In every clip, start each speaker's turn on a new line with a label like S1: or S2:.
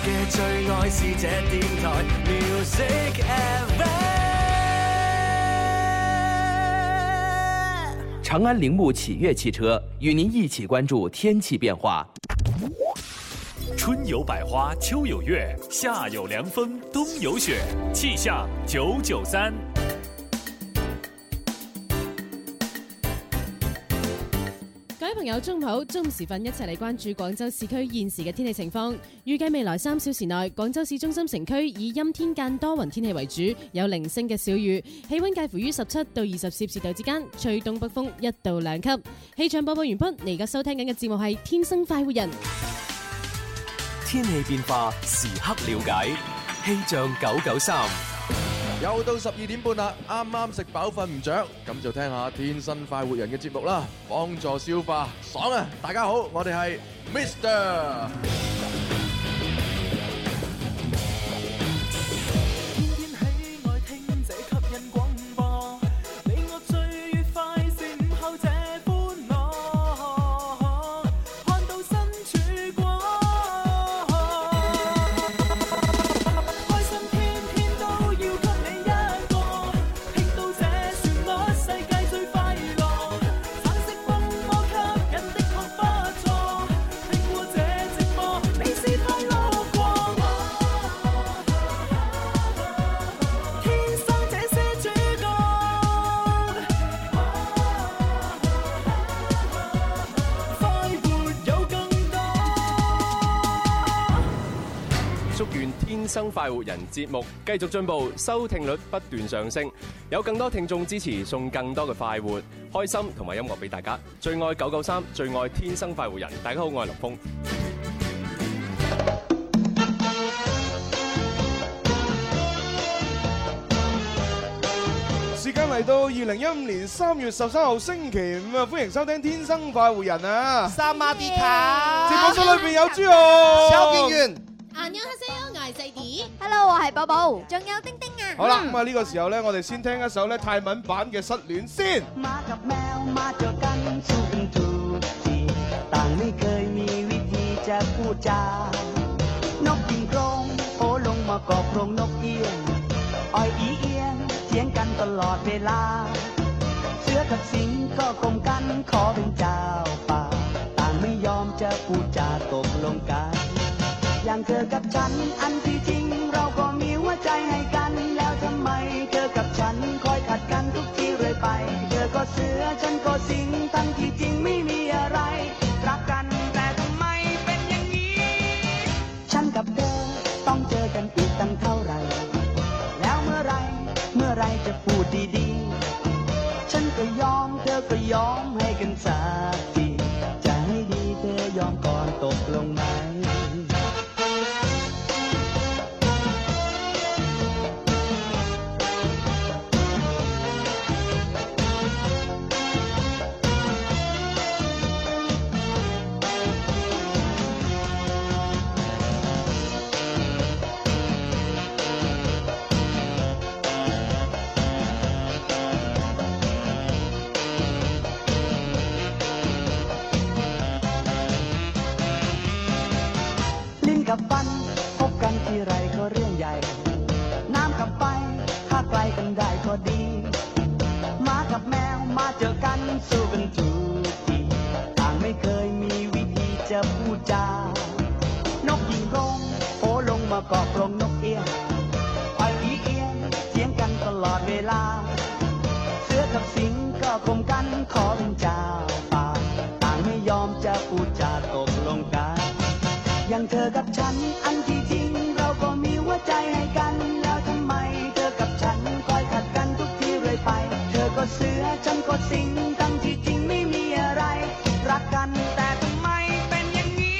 S1: 嘅最愛是這電台 Music FM。
S2: 长安铃木启悦汽车与您一起关注天气变化。
S3: 春有百花，秋有月，夏有凉风，冬有雪。气象九九三，
S4: 各位朋友，中午好！中午時分一齊嚟關注廣州市區現時嘅天氣情況。預計未來三小時內，廣州市中心城區以陰天間多雲天氣為主，有零星嘅小雨，氣温介乎於十七到二十攝氏度之間，吹東北風一到兩級。氣象播報完畢，你而家收聽緊嘅節目係《天生快活人》。
S3: 天气变化时刻了解，气象九九三。
S5: 又到十二點半啦，啱啱食飽瞓唔着，咁就聽下天生快活人嘅節目啦，幫助消化，爽啊！大家好，我哋係 Mr。
S6: 天天喜愛聽這吸引廣播，你我最愉快是午後這歡樂，看到身曙光，開心天天都要給你一個，聽到這旋律世界最快樂，橙色風波吸引的我不錯，聽過這直播你是快樂過。天生這些主角，快活有更多。
S7: 祝願《天生快活人》節目繼續進步，收聽率不斷上升，有更多聽眾支持，送更多嘅快活、開心同埋音樂俾大家。最愛九九三，最愛《天生快活人》。大家好，我係林峰。
S8: 時間嚟到二零一五年三月十三號星期五啊，歡迎收聽《天生快活人》啊！
S9: 萨馬迪卡，
S8: 直播室裏邊有朱浩、
S9: 蕭敬元，
S4: 안녕하세요아이세디
S10: Hello，我係寶寶，仲有丁丁 啊。
S8: 好啦，咁啊呢個時候咧，我哋先聽一首咧泰文版嘅《失戀》先。
S6: มากับแมวมาเจอกันทุกทุกทีต่างไม่เคยมีวิธีจะพูดจา นกยิงกรงโอลงมาเกาะโครงนกเอี้ยงอ้อยอีเอียงเถียงกันตลอดเวลา เสือกับสิงก็คมกันขอเป็นเจ้าป่า ต่างไม่ยอมจะพูดจาตกลงกัน อย่างเธอกับฉันอันที่จริง เราก็มีหัวใจให้กันแล้วทำไม เธอกับฉันคอยขัดกันทุกทีเรื่อยไป เธอก็เสือฉันก็สิงทั้งที่จริงไม่มีอะไร รักกันแต่ทำไมเป็นอย่างนี้ ฉันกับเธอต้องเจอกันอีกตั้งเท่าไหร่ แล้วเมื่อไหรเมื่อไหรจะพูดดีๆ ฉันก็ยอมเธอก็ยอมให้กันสักทีจะให้ดีเธอยอมก่อนตกลงไหม ลิ้นกับฟันพบกันทีไรก็เรื่องใหญ่ น้ำกับไฟถ้าไกลกันได้ก็ดีหมากับแมวมาเจอกันสู้กันทุกทีต่างไม่เคยมีวิธีจะพูดจา นกยิงลงโอลงมาเกาะกรงนกเอี้ยงอ้อยอีเอียงเถียงกันตลอดเวลา เสือกับสิงก็คมกันขอเป็นเจ้าป่าต่างไม่ยอมจะพูดจาตกลงกัน อย่างเธอกับฉันอันที่จริง เราก็มีหัวใจให้กัน แล้วทำไม เธอกับฉันคอยขัดกันทุกทีเรื่อยไป เธอก็เสือฉันก็สิงทั้งที่จริงไม่มีอะไร รักกันแต่ทำไมเป็นอย่างนี้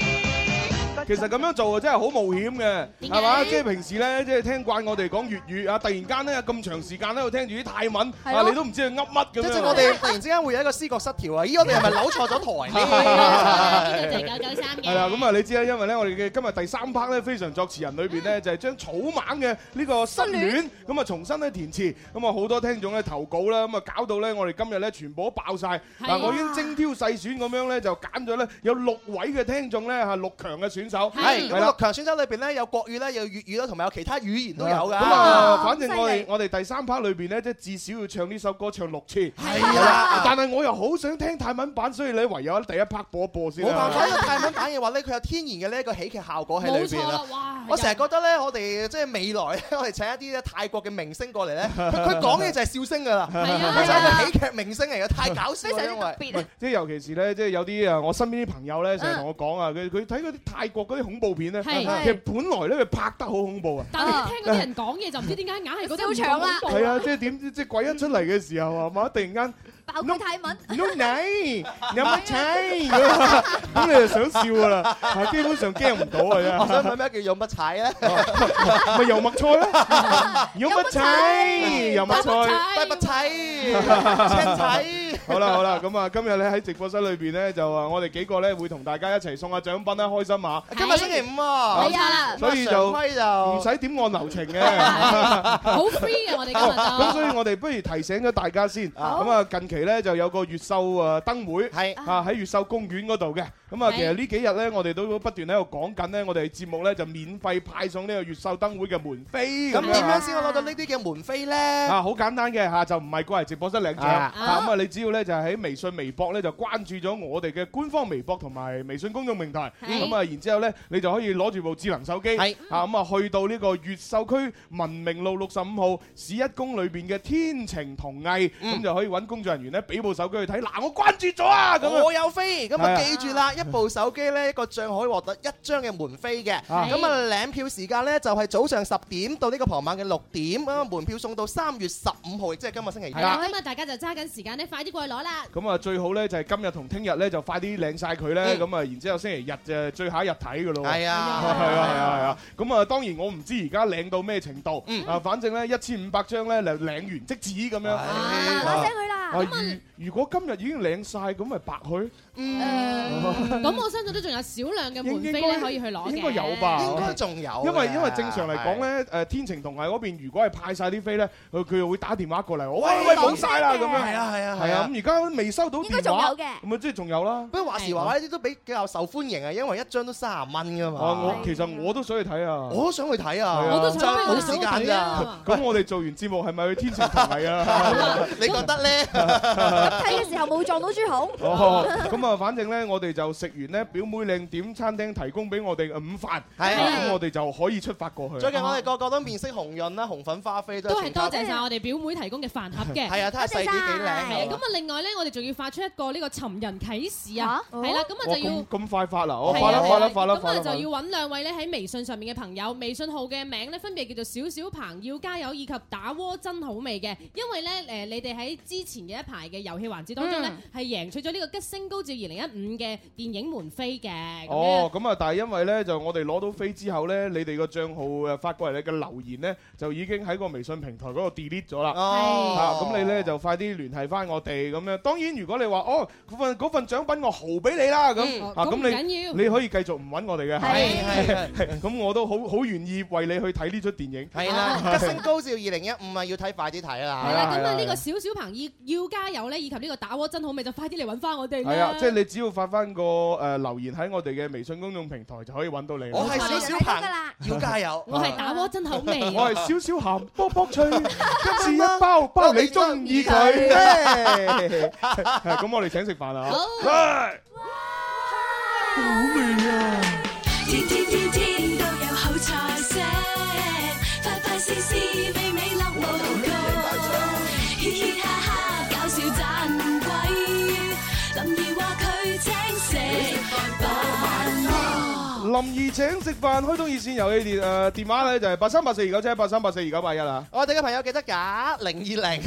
S8: 其實咁樣做啊，真係好冒險嘅，
S4: 點解
S8: 係嘛？即係平時咧，即係聽慣我哋講粵語啊，突然間咧咁長時間喺度聽住啲泰文
S10: 係
S8: 啊，
S10: 咯
S8: 你都唔知佢噏乜咁
S9: 即
S8: 樣。
S9: 係我哋突然之間會有一個思覺失調啊！咦，我哋係咪扭錯 咗台呢？
S4: 呢個就係九九三
S8: 係啦，
S4: 嘅。
S8: 咁啊，你知啦，因為咧，我哋嘅今日第三 part 咧，非常作詞人裏邊
S9: 嗯
S8: 咧，就係將草蜢嘅呢個失戀咁啊，重新咧填詞，咁啊，好多聽眾咧投稿啦，咁啊，搞到咧，我哋今日咧全部都爆晒。嗱，我已經精挑細選咁樣咧，就揀咗咧有六位嘅聽眾咧嚇，六強嘅選手手，
S9: 係咁
S8: 係啦
S9: 六強選手裏邊咧，有國語啦，有粵語啦，同埋有其他語言都有㗎。
S8: 咁啊，反正
S10: 咁
S8: 我
S10: 犀
S8: 哋
S10: 利
S8: 我哋第三 part 裏邊咧，即係至少要唱呢首歌唱六次。
S9: 係啦
S8: 但係我又好想聽泰文版，所以你唯有喺第一 part 播一播先
S9: 冇辦
S8: 啦。
S9: 法，呢個泰文版嘅話咧，佢有天然嘅呢一個喜劇效果喺裏邊
S4: 冇錯啦
S9: 啦。，
S4: 哇！
S9: 我成日覺得咧，我哋即係未來 咧，我哋請一啲咧泰國嘅明星過嚟咧，佢佢講嘢就係笑聲㗎啦，
S4: 係啊
S9: 佢就係一個喜劇明星嚟嘅，太搞笑
S10: 非常
S9: 啦，
S10: 之
S9: 因
S10: 特
S9: 為。
S10: 別啊！
S8: 即係尤其是咧，即係有啲啊，我身邊啲朋友咧，成日同我講啊，佢佢睇嗰啲泰國嗰啲恐怖片啊咧，其
S4: 係
S8: 實本來咧佢拍得好恐怖啊。
S4: 但係一聽嗰啲人講嘢就唔知點解硬係覺得唔
S10: 燒腸啦
S4: 恐怖
S8: 係啊，即係點知即係鬼一出嚟嘅時候啊，嘛突然間
S10: 爆佢泰文，
S8: no 你有乜仔咁你就想笑㗎啦，係基本上驚唔到啊真
S9: 我
S8: 係
S9: 想。問咩叫有乜踩咧？
S8: 咪油麥菜啦，油麥菜，油麥 菜。
S9: 低不踩，青踩。
S8: 好啦好啦，咁啊，今日咧喺直播室裏邊咧，就啊，我哋幾個咧會同大家一齊送下獎品啦，開心下，
S9: 今日星期五啊，
S10: 係啊，
S8: 所以就
S9: 咁啊常規
S8: 唔
S9: 就
S8: 使點按流程嘅。
S4: 好 free 啊嘅我哋今
S8: 啊咁所
S4: 日
S8: 以我哋不如提醒咗大家先。咁啊，近期咧就有個越秀啊燈會。
S9: 係
S8: 啊！喺越秀公園嗰度嘅，咁啊，
S4: 係
S8: 其實呢幾日咧，我哋都不斷喺度講緊咧，我哋節目咧就免費派送呢個越秀燈會嘅門飛 咁
S9: 咁點
S8: 樣
S9: 樣先可以攞到呢啲嘅門飛咧？
S8: 啊，好簡單嘅嚇，就唔係過嚟直播室領獎
S9: 啊
S8: 啊咁啊，你只要咧就喺微信、微博咧就關注咗我哋嘅官方微博同埋微信公眾平台，
S4: 係
S8: 咁啊，然之後咧你就可以攞住部智能手機，
S9: 係
S8: 啊咁啊，去到呢個越秀區文明路六十五號市一宮裏邊嘅天晴同藝，咁就可以揾工作人員咧俾部手機去睇，嗱我關注咗啊咁樣
S9: 我有飛，咁
S8: 係
S9: 啊
S8: 啊
S9: 記住啦，一部手機呢，一個帳可以獲得一張嘅門飛嘅，
S8: 啊
S9: 咁啊領票時間呢，就係早上十點到呢個傍晚嘅六點，咁啊門票送到三月十五號，亦即係今日星期
S4: 係
S9: 二。
S4: 啦，咁啊大家就揸緊時間咧，快啲過去攞啦！
S8: 咁啊，最好咧就係今日同聽日咧就快啲領晒佢咧，
S9: 嗯
S8: 咁啊，然之後星期日就最後一日睇噶咯喎。
S9: 係
S8: 係啊係
S9: 啊，
S8: 啊係啊！咁啊，當然我唔知而家領到咩程度
S9: 嗯，
S8: 啊，反正咧一千五百張咧就領完即止咁樣。啊，
S10: 啊
S9: 係
S10: 攞聲佢啦！
S8: 如如果今日已經領晒，咁咪白去？
S4: 誒，咁我相信都仲有少量嘅門飛
S8: 應
S4: 咧
S8: 該
S4: 可以去攞嘅，
S8: 應該有吧
S9: 應該仲有嘅，
S8: 因為因為正常嚟講咧，誒天晴同藝嗰邊，如果係派晒啲飛咧，佢佢又會打電話過嚟，喂喂冇晒啦咁
S9: 係，
S8: 樣。
S9: 係啊係啊
S8: 係啊，。咁而家未收到
S10: 應該
S8: 電
S10: 仲
S8: 話
S10: 有，嘅。
S8: 咁啊即係仲有啦。
S9: 不過話時話呢啲都比較受歡迎啊，因為一張都三十蚊噶
S8: 啊，
S9: 嘛
S8: 我。其實我都想去睇啊。
S9: 我都想去睇啊，
S8: 係啊我都
S4: 想
S9: 真係
S4: 去
S9: 冇時間㗎。
S8: 咁我哋做完節目係咪去天晴同藝 啊？
S9: 你覺得咧？
S8: Ờ.
S10: 咁睇嘅時候冇撞到朱紅，
S8: 哦，
S11: Ờ.
S8: 咁啊，反正咧，我哋就食完咧，表妹靚點餐廳提供俾我哋嘅午飯，
S9: 係
S8: 咁我哋就可以出發過去。
S9: 最近我哋個個都面色紅潤啦，紅粉花飛
S4: 都
S9: 係
S4: 係多謝晒我哋表妹提供嘅飯盒嘅。
S9: 係啊，睇下細啲幾
S4: 係啊，
S9: 靚
S4: 咁
S9: 啊
S4: 啊，另外咧，我哋仲要發出一個呢個尋人啟事啊，
S10: 嚇
S4: 係啦，咁啊
S8: 哇
S4: 就要
S8: 哦咁。咁快發啦，
S4: 係啊
S8: 我發啦
S4: 係啊
S8: 發啦發啦
S4: 咁
S8: 發
S4: 我
S8: 啦
S4: 哋就
S8: 發啦
S4: 要！揾兩位咧喺微信上面嘅朋友，微信號嘅名咧分別叫做小小朋要加油以及打鍋真好味嘅，因為咧誒你哋喺之前嘅一排嘅遊戲環節當中咧係贏取咗呢個吉星高照二零一五嘅電影門飛嘅，咁
S8: 哦
S4: 樣，
S8: 咁啊，但係因為咧，就我哋攞到飛之後咧，你哋個帳號誒發過嚟嘅留言咧，就已經喺個微信平台嗰度 delete 咗啦。
S9: 哦
S8: 啊，咁你咧就快啲聯繫翻我哋咁樣。當然，如果你話哦嗰份嗰份獎品我豪俾你啦咁，
S9: 嗯
S4: 哦
S8: 啊
S4: 咁唔
S8: 咁你
S4: 緊要。
S8: 你可以繼續唔揾我哋嘅。
S9: 係係
S8: 咁我都好好願意為你去睇呢出電影。
S9: 係 啦，吉星高照二零一五啊，要睇快啲睇
S4: 係
S9: 啦。
S4: 啦，咁
S8: 係啦
S4: 啊
S8: 係啦
S4: 呢個小小朋要要加油咧，以及呢個打鍋真好味，就快啲嚟揾翻我哋啦。
S8: 係啊，即係你只要發翻個誒留言喺我哋嘅微信公眾平台就可以揾到
S4: 哦
S8: 你啦。
S9: 我係小小
S10: 睇到㗎
S9: 鵬，
S10: 啦。
S9: 要加油。
S4: 我係打鍋真好味。啊
S8: 我係小小鹹卜卜脆，今次一包包你中意佢。 嘿 咁我哋請食飯啊啦。
S4: 好
S8: 喂
S12: 天天天天都有好菜色，快快事事美美樂無窮，嘻嘻哈哈搞笑盞鬼，林兒話佢請食飯。
S8: 林怡請食飯，開通熱線遊戲電誒呃電話咧就係八三八四二九七八三八四二九八一啊啦。
S9: 我哋嘅朋友記得㗎，零二零。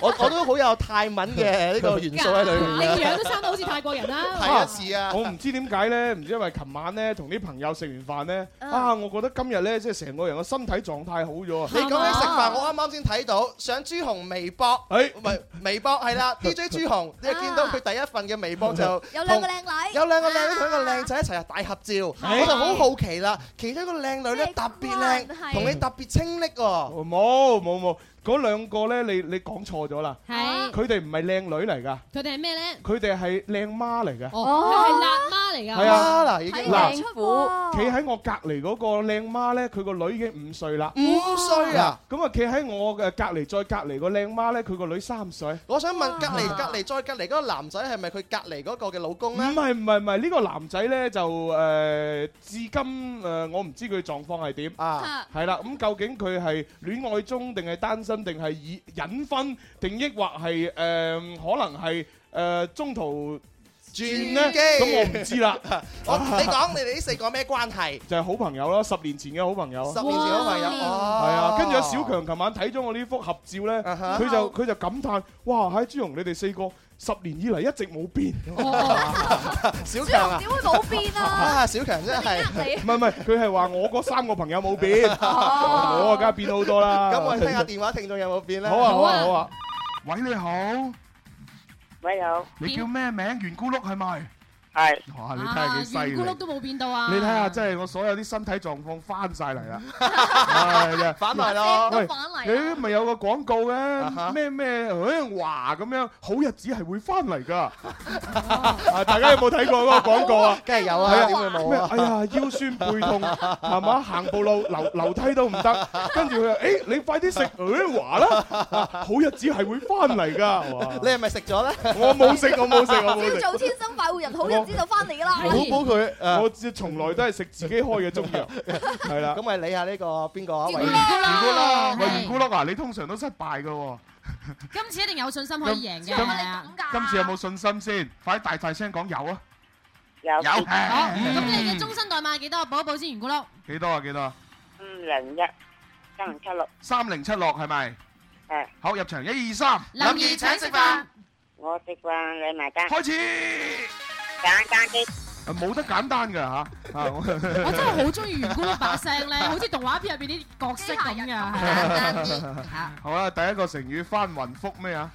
S9: 我我都好有泰文嘅呢個元素喺裏
S4: 你
S9: 面
S4: 個
S9: 嘅。
S4: 樣都生到好似泰國人啦。
S9: 係啊，是啊。
S8: 我唔知點解咧，唔知因為琴晚咧同啲朋友食完飯咧，
S4: 嗯
S8: 啊，我覺得今日咧即係成個人嘅身體狀態好咗啊。
S9: 你講起食飯，我啱啱先睇到上朱紅微博，
S8: 誒
S9: 唔係微博係啦，DJ 朱 紅，你見到佢第一份嘅微博就
S4: 啊
S10: 有兩個
S9: 同
S10: 靚女，
S9: 有兩個靚女同一個靚仔一齊大合照，
S4: 啊
S8: 係
S9: 我就好好奇啦。其中一個靚女咧
S10: 即
S9: 哎
S10: 係
S9: 特別靚
S10: 關係，
S9: 同你特別清晰喎。
S8: 哦冇冇冇，嗰兩個咧，你你講錯咗啦。
S4: 係
S8: 佢哋唔係靚女嚟㗎，
S4: 佢哋係咩咧？
S8: 佢哋係靚媽嚟嘅。
S4: 哦，佢係辣媽嚟㗎。
S8: 係啊，
S4: 睇唔出喎
S8: 企喺我隔離嗰個靚媽咧，佢個女已經五歲啦。
S9: 五
S8: à?
S9: 歲啊！
S8: 咁啊，企喺我嘅隔離再隔離個靚媽咧，佢個女三歲。
S9: 我想
S4: 啊
S9: 問隔離隔離再隔離嗰個男仔係咪佢隔離嗰個嘅老公
S8: 唔
S9: 咧？
S8: 係唔係唔係，呢個男仔咧就誒，至今誒，我唔知佢狀況係點
S9: 啊，
S8: 係啦。咁究竟佢係戀愛中定係單身，定係已隱婚，定抑或係誒可能係誒中途轉咧？
S9: 機
S8: 咁我唔 知啦。
S9: 我
S8: À.
S9: 你講你哋呢四個咩關係？
S8: 就係好朋友啦，十年前嘅好朋友。
S9: 十年前好朋友
S8: 係
S9: 哦。
S8: 啊，跟住阿小強琴晚睇咗我呢幅合照咧，
S9: 哈
S8: 佢就佢就感嘆：哇！喺朱紅你哋四個十年以嚟一直 冇變。
S9: 小強啊，點會冇變啊？啊，小強真係
S8: 唔係唔係，佢係話我嗰三個朋友冇 變，
S9: 哦
S8: 我啊梗係變好多啦。
S9: 咁我哋聽下電話聽眾有冇變咧？
S8: 好啊好啊好啊！喂你好，
S13: 喂有，
S8: 你叫咩名？圓咕碌係咪？
S13: 係。
S8: 哇！你睇下幾犀利
S4: 啊圓。咕碌都冇變到啊！
S8: 你睇下，真係我所有啲身體狀況翻晒 嚟啦，係啊
S9: 反嚟咯
S8: 喂
S9: 都反嚟啦，
S8: 你咪有個廣告嘅咩咩，誒華咁樣，好日子係會翻嚟㗎。啊大家有冇睇過嗰個廣告啊？
S9: 梗係有啊
S8: 係
S9: 點會冇啊
S8: 咩哎呀，腰酸背痛係嘛，行步路樓樓梯都唔得，跟住佢話：誒你快啲食誒華啦，啊好日子係會翻嚟㗎。
S9: 你係咪食咗咧？
S8: 我冇食我冇食我冇食
S10: 朝早天生快活人，好日子就翻嚟噶啦。
S8: 佢，我知從來都係食自己開嘅中 藥，係啦。
S9: 咁咪理下呢個邊個啊？
S8: 圓
S9: 喂
S8: 咕啦，
S4: 係
S8: 喂圓咕碌啊！你通常都失敗嘅喎，
S4: 今次一定有信心可以贏嘅，係咪啊？
S8: 今次有冇信心先？快啲大大聲講有啊！
S13: 有
S8: 有
S4: 好，咁你嘅
S8: 嗯
S4: 終身代碼幾多啊？補一補先，圓咕碌。
S8: 幾多啊？幾多啊？
S13: 五零一三零七六，
S8: 三零七六係咪？
S13: 誒，
S8: 好入場，一二三，
S13: 怡請食飯，我食飯你埋單，
S8: 開始，
S13: 簡單啲，
S8: 冇得簡單㗎嚇。啊我
S4: 我真係好中意圓咕碌把聲咧， 好似動畫片入邊啲角色咁嘅，係啊
S8: 好啦，第一個成語翻雲覆咩啊？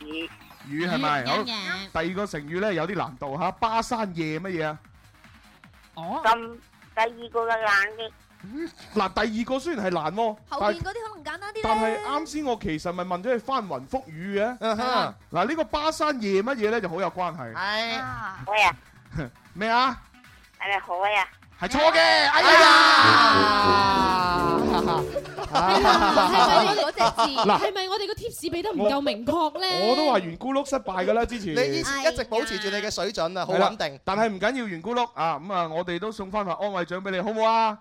S13: 魚
S8: 魚係咪？
S4: 魚
S8: 好，
S4: 啱嘅
S8: 第二個成語咧有啲難度嚇，巴山夜乜嘢啊？
S13: 咁第二個嘅冷啲，
S8: 嗱，第二個雖然係難喎，
S10: 後
S8: 但
S10: 邊嗰啲可能簡單啲
S8: 但
S10: 咧
S8: 係。啱先我其實咪問咗你翻雲覆雨嘅，
S9: Uh-huh。
S10: 哈
S8: 嗱呢個巴山夜乜嘢咧就好有關係。
S13: 係，
S14: à?
S13: 喂啊，
S8: 咩啊？
S13: 係咪好啊？
S8: 係錯嘅，哎呀！
S4: 係咪我哋
S8: 嗱
S4: 係咪我哋個 tips 俾得唔夠明確咧？
S8: 我都話圓咕碌失敗㗎啦，之前
S9: 你以前一直保持住你嘅水準啊，好
S8: 係啦
S9: 穩定。
S8: 但係唔緊要，圓咕碌啊咁啊，我哋都送翻份安慰獎俾你，好唔好啊？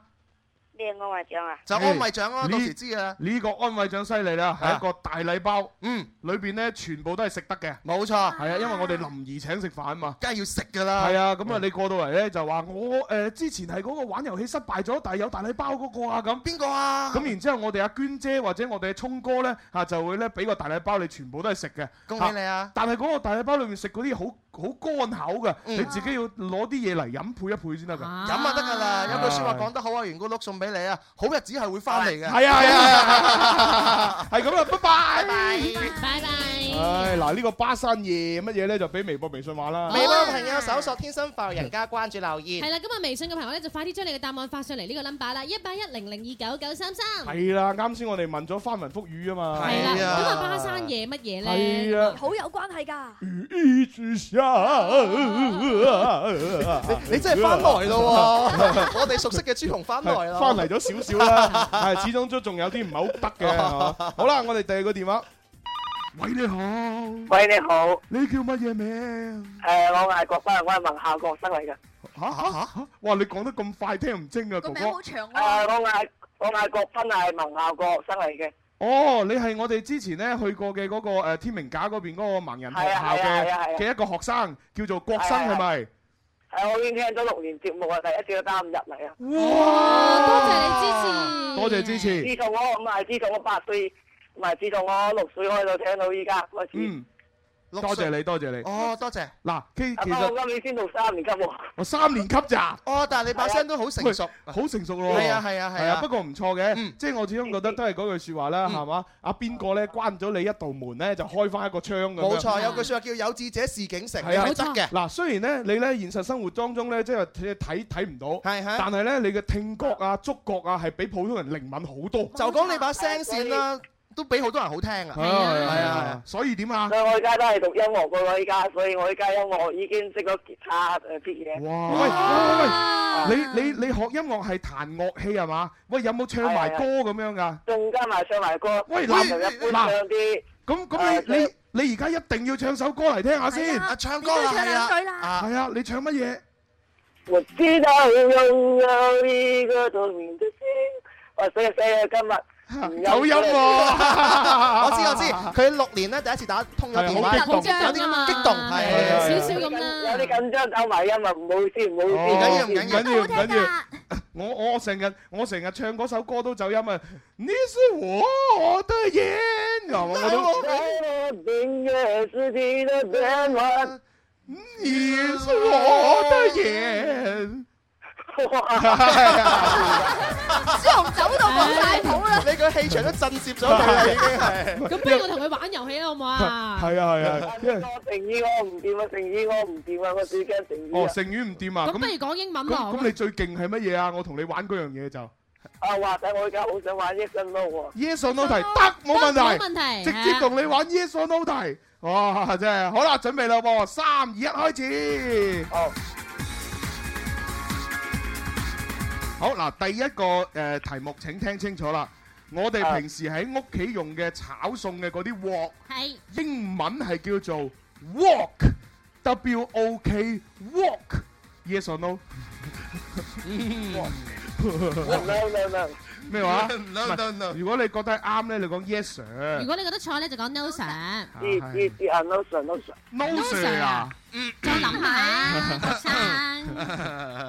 S13: 咩安慰獎
S14: à?
S13: 啊？
S9: 就安慰獎咯，
S8: 呢
S9: 到時知啊。
S8: 呢個安慰獎犀利啦，係一個大禮包，嗯，裏邊咧全部都係食得嘅，
S9: 冇錯。
S8: 係啊，因為我哋林兒請食飯嘛，
S9: 梗係要食㗎啦。嗯
S8: 係啊，咁啊，你過到嚟咧就話我誒之前係嗰個玩遊戲失敗咗，但係有大禮包嗰個啊咁。
S9: 邊個啊？
S8: 咁然之後，我哋阿娟姐或者我哋嘅聰哥咧嚇就會咧俾個大禮包你，全部都係食嘅。
S9: 恭喜你啊
S8: 但係嗰個大禮包裏面食嗰啲好好乾口嘅，你自己要攞啲嘢嚟飲配一配先得㗎。
S9: 飲啊得㗎啦，有句説話講得好啊，圓咕碌送俾你啊，好日子係會翻嚟嘅。
S8: 係啊係 啊係啊，係咁啦，拜拜。
S4: 拜拜。
S8: 唉，嗱呢個巴山夜乜嘢咧，就俾微博、微信話啦。
S9: 微博朋友搜索天生快活人家關注留言。
S4: 係啦，今日微信嘅朋友咧就快啲將你嘅答案發上嚟呢個 number 啦，一八一零零二九九三三。
S8: 係啦，啱先我哋問咗翻雲覆雨啊嘛。
S4: 係啦，咁啊巴山夜乜
S8: 係
S4: 嘢咧
S8: 啊？
S10: 好有關係㗎。
S8: 一直下。À,
S9: 你真係翻來 咯喎！我哋熟悉嘅朱紅翻來啦。
S8: 翻嚟咗少少啦，係始終都仲有啲唔係好得嘅。係嘛好啦，我哋第二個電話。喂，你好。
S13: 喂，你好。
S8: 你叫乜嘢名？
S14: Ờ,
S13: 誒，我係國軍，我係盟校國生嚟㗎。
S8: 嚇嚇嚇！哇，你講得咁快，聽唔清啊，哥哥。
S13: 長
S14: Ờ,
S13: 啊！我嗌我嗌國分係盟校國生嚟嘅。
S8: 哦，你係我哋之前咧去過嘅嗰個誒天明架嗰邊嗰個盲人學
S13: 係啊
S8: 校
S13: 係啊係啊係
S8: 嘅
S13: 啊
S8: 嘅一個學生，叫做郭生
S13: 係啊
S8: 係咪？
S13: 係，我已經聽咗六年節目啊，第一次都擔唔入嚟啊！
S4: 哇！
S8: 多謝你支持多謝支持
S13: 自從我唔係，自從我八歲，唔係自從我六歲開始聽到依家開始。
S8: 嗯，多謝你，多謝你。
S9: 哦，多謝。
S8: 嗱，其
S13: 阿
S8: 其
S13: 媽
S8: 實
S13: 我今年先讀三年級喎。
S8: 我三年級咋。
S9: 哦，但係你把聲都好成熟。
S8: 喂好成熟咯。
S9: 係啊係啊係啊
S8: 不過唔錯嘅，即係我始終覺得都係嗰句説話啦，係嘛？阿邊個咧關咗你一道門咧，就開翻一個窗咁樣。
S9: 冇錯，有句説話叫有志者事竟成，
S8: 係啊，
S9: 係得嘅。
S8: 嗱，雖然咧你咧現實生活當中咧，即係睇睇唔到，
S9: 係係
S8: 但係咧你嘅聽覺啊、觸覺啊，係比普通人靈敏好多。
S9: 就講你把聲線啦，都俾好多人好聽啊，
S8: 係啊係啊
S9: 係啊，
S8: 所以點啊？
S13: 所以我而家都係讀音樂噶喎，依家，所以我依家音樂已經識咗吉他誒 E 啲嘢。
S8: 哇！喂喂喂，你你你學音樂係彈樂器係嘛？喂，有冇唱埋
S13: 係啊
S8: 歌咁樣㗎？
S13: 仲加埋唱埋歌，
S8: 喂
S13: 男
S8: 嗱
S13: 就一般
S8: 嗱
S13: 唱啲
S8: 咁咁你你你而家一定要唱首歌嚟聽下先。
S9: 啊唱
S13: 歌啦你都唱兩句啦係啊
S8: 係啊，你唱乜嘢？
S13: 我知道擁有一個透明的心，我所以所以今日唔
S9: 有音
S13: 音
S9: 喎！ 啊
S13: 樂
S9: 我知我知，佢六年咧第一次打通咗電話，
S13: 係好激動
S9: 有啲啊激啊動，係
S13: 少咁
S14: Dạ,
S13: 啦，有啲緊張，走埋音啊，唔好意思，唔好
S8: 唔
S13: 意思，
S8: 緊要，唔緊要。我我成日我成日唱嗰首歌都走音啊！你是我我的眼，係嘛我 都。
S13: 音樂是你的變幻，
S8: 你是我 的眼。
S9: 朱紅走到講晒譜啦，你個氣場都震攝咗佢啦，已經係。啊
S4: 咁不如我同佢玩遊戲啦，好唔好啊？
S8: 係啊係
S14: Dạ,
S8: 啊，因為
S13: 我誠意我唔掂啊，誠意我唔掂啊，我最驚誠意
S8: 哦
S13: 啊
S8: 成語唔掂啊。
S4: 咁不如講英文咯
S8: 咁咁你最勁係乜嘢啊？我同你玩嗰樣嘢就。
S13: 啊！話晒我而家好想玩益生撈喎。
S8: Yes or no 題得冇問題，
S13: 冇問題啊
S8: 直接同你玩 Yes or no 題，哇真係好啦，準備啦喎，三二一開始。
S13: 好。
S8: 好嗱，第一個誒、呃、題目請聽清楚啦。我哋平時喺屋企用嘅炒餸嘅嗰啲鑊，
S4: 係
S8: 英文係叫做 wok，w o k wok，yes or no？
S13: Mm. No no no，
S8: 咩話
S13: No,
S8: 唔係如果你覺得係啱咧，你講 yes sir。
S4: 如果你覺得錯咧，就講 no sir。
S13: 知知知啊，no sir no sir。Mm.
S8: no sir 啊，
S4: 再諗 下，生。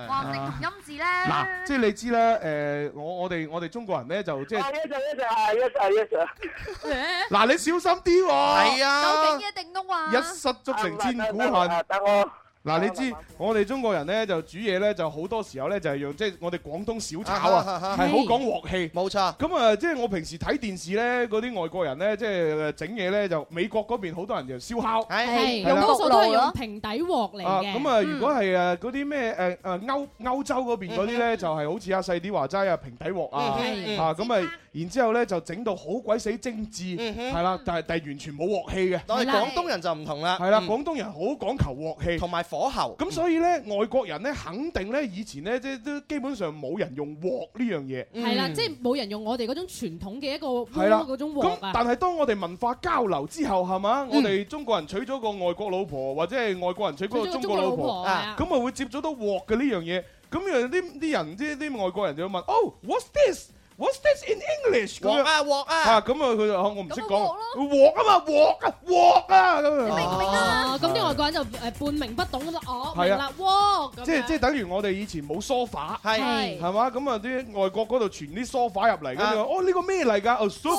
S10: 哇！你同音字咧，
S8: 嗱，即係你知啦，誒，我我哋我哋中國人咧就即
S13: 啊
S8: 係，
S13: yes sir yes sir 啊 yes sir yes sir。
S8: 嗱，你小心啲喎，
S10: 究竟一定屋啊？
S8: 一失足成千古恨。
S13: 等我。
S8: 嗱，你知我哋中國人咧就煮嘢咧就好多時候咧就係用即係我哋廣東小炒
S9: 啊哈
S8: 啊，
S9: 啊哈
S8: 係好講鑊氣。
S9: 冇錯。
S8: 咁啊，即係我平時睇電視咧，嗰啲外國人咧即係整嘢咧就美國嗰邊好多人就燒烤，
S4: 係，
S8: 係啦
S4: 多數都係用平底鑊嚟
S8: 啊，
S4: 嘅。
S8: 咁啊，
S4: 嗯
S8: 如果係誒嗰啲咩誒誒歐歐洲嗰邊嗰啲咧，就係好似阿細啲話齋啊，平底鑊啊，
S4: 嗯係
S8: 啊咁啊，然之後咧就整到好鬼死精緻，
S9: 嗯哼
S8: 係啦，但係但係完全冇鑊氣嘅。
S9: 但係廣東人就唔同啦，
S8: 係啦，
S9: 嗯
S8: 廣東人好講求鑊氣，
S9: 同埋火候。
S8: 咁所以咧，外國人咧肯定咧，以前咧即係都基本上冇人用鑊呢樣嘢。
S4: 係啦，即係冇人用我哋嗰種傳統嘅一個
S8: 係啦，
S4: 嗰種
S8: 咁
S4: 鑊啊。
S8: 但係當我哋文化交流之後，係嘛？我哋中國人娶咗個外國老婆，或者係外國人娶咗個中國老
S4: 娶咗個中國老
S8: 婆
S4: 婆係啊，
S8: 咁啊會接觸到鑊嘅呢樣嘢。咁樣啲啲人啲啲外國人就會問：哦，what's this？What's this in English？咁樣
S9: 鑊啊鑊啊
S8: 啊！咁啊佢就哦我唔識講鑊啊嘛鑊啊鑊啊咁樣。
S4: 哦，咁啲外國人就誒半明不懂咁就哦，
S8: 係
S4: 明
S8: 啊
S4: 啦，哇！咁
S8: 即係
S4: 樣
S8: 即係等於我哋以前冇 sofa，
S9: 係
S4: 係
S8: 係嘛？咁啊啲外國嗰度傳啲 sofa 入嚟，跟住話
S9: 啊
S8: 哦呢個咩嚟㗎？哦
S4: sofa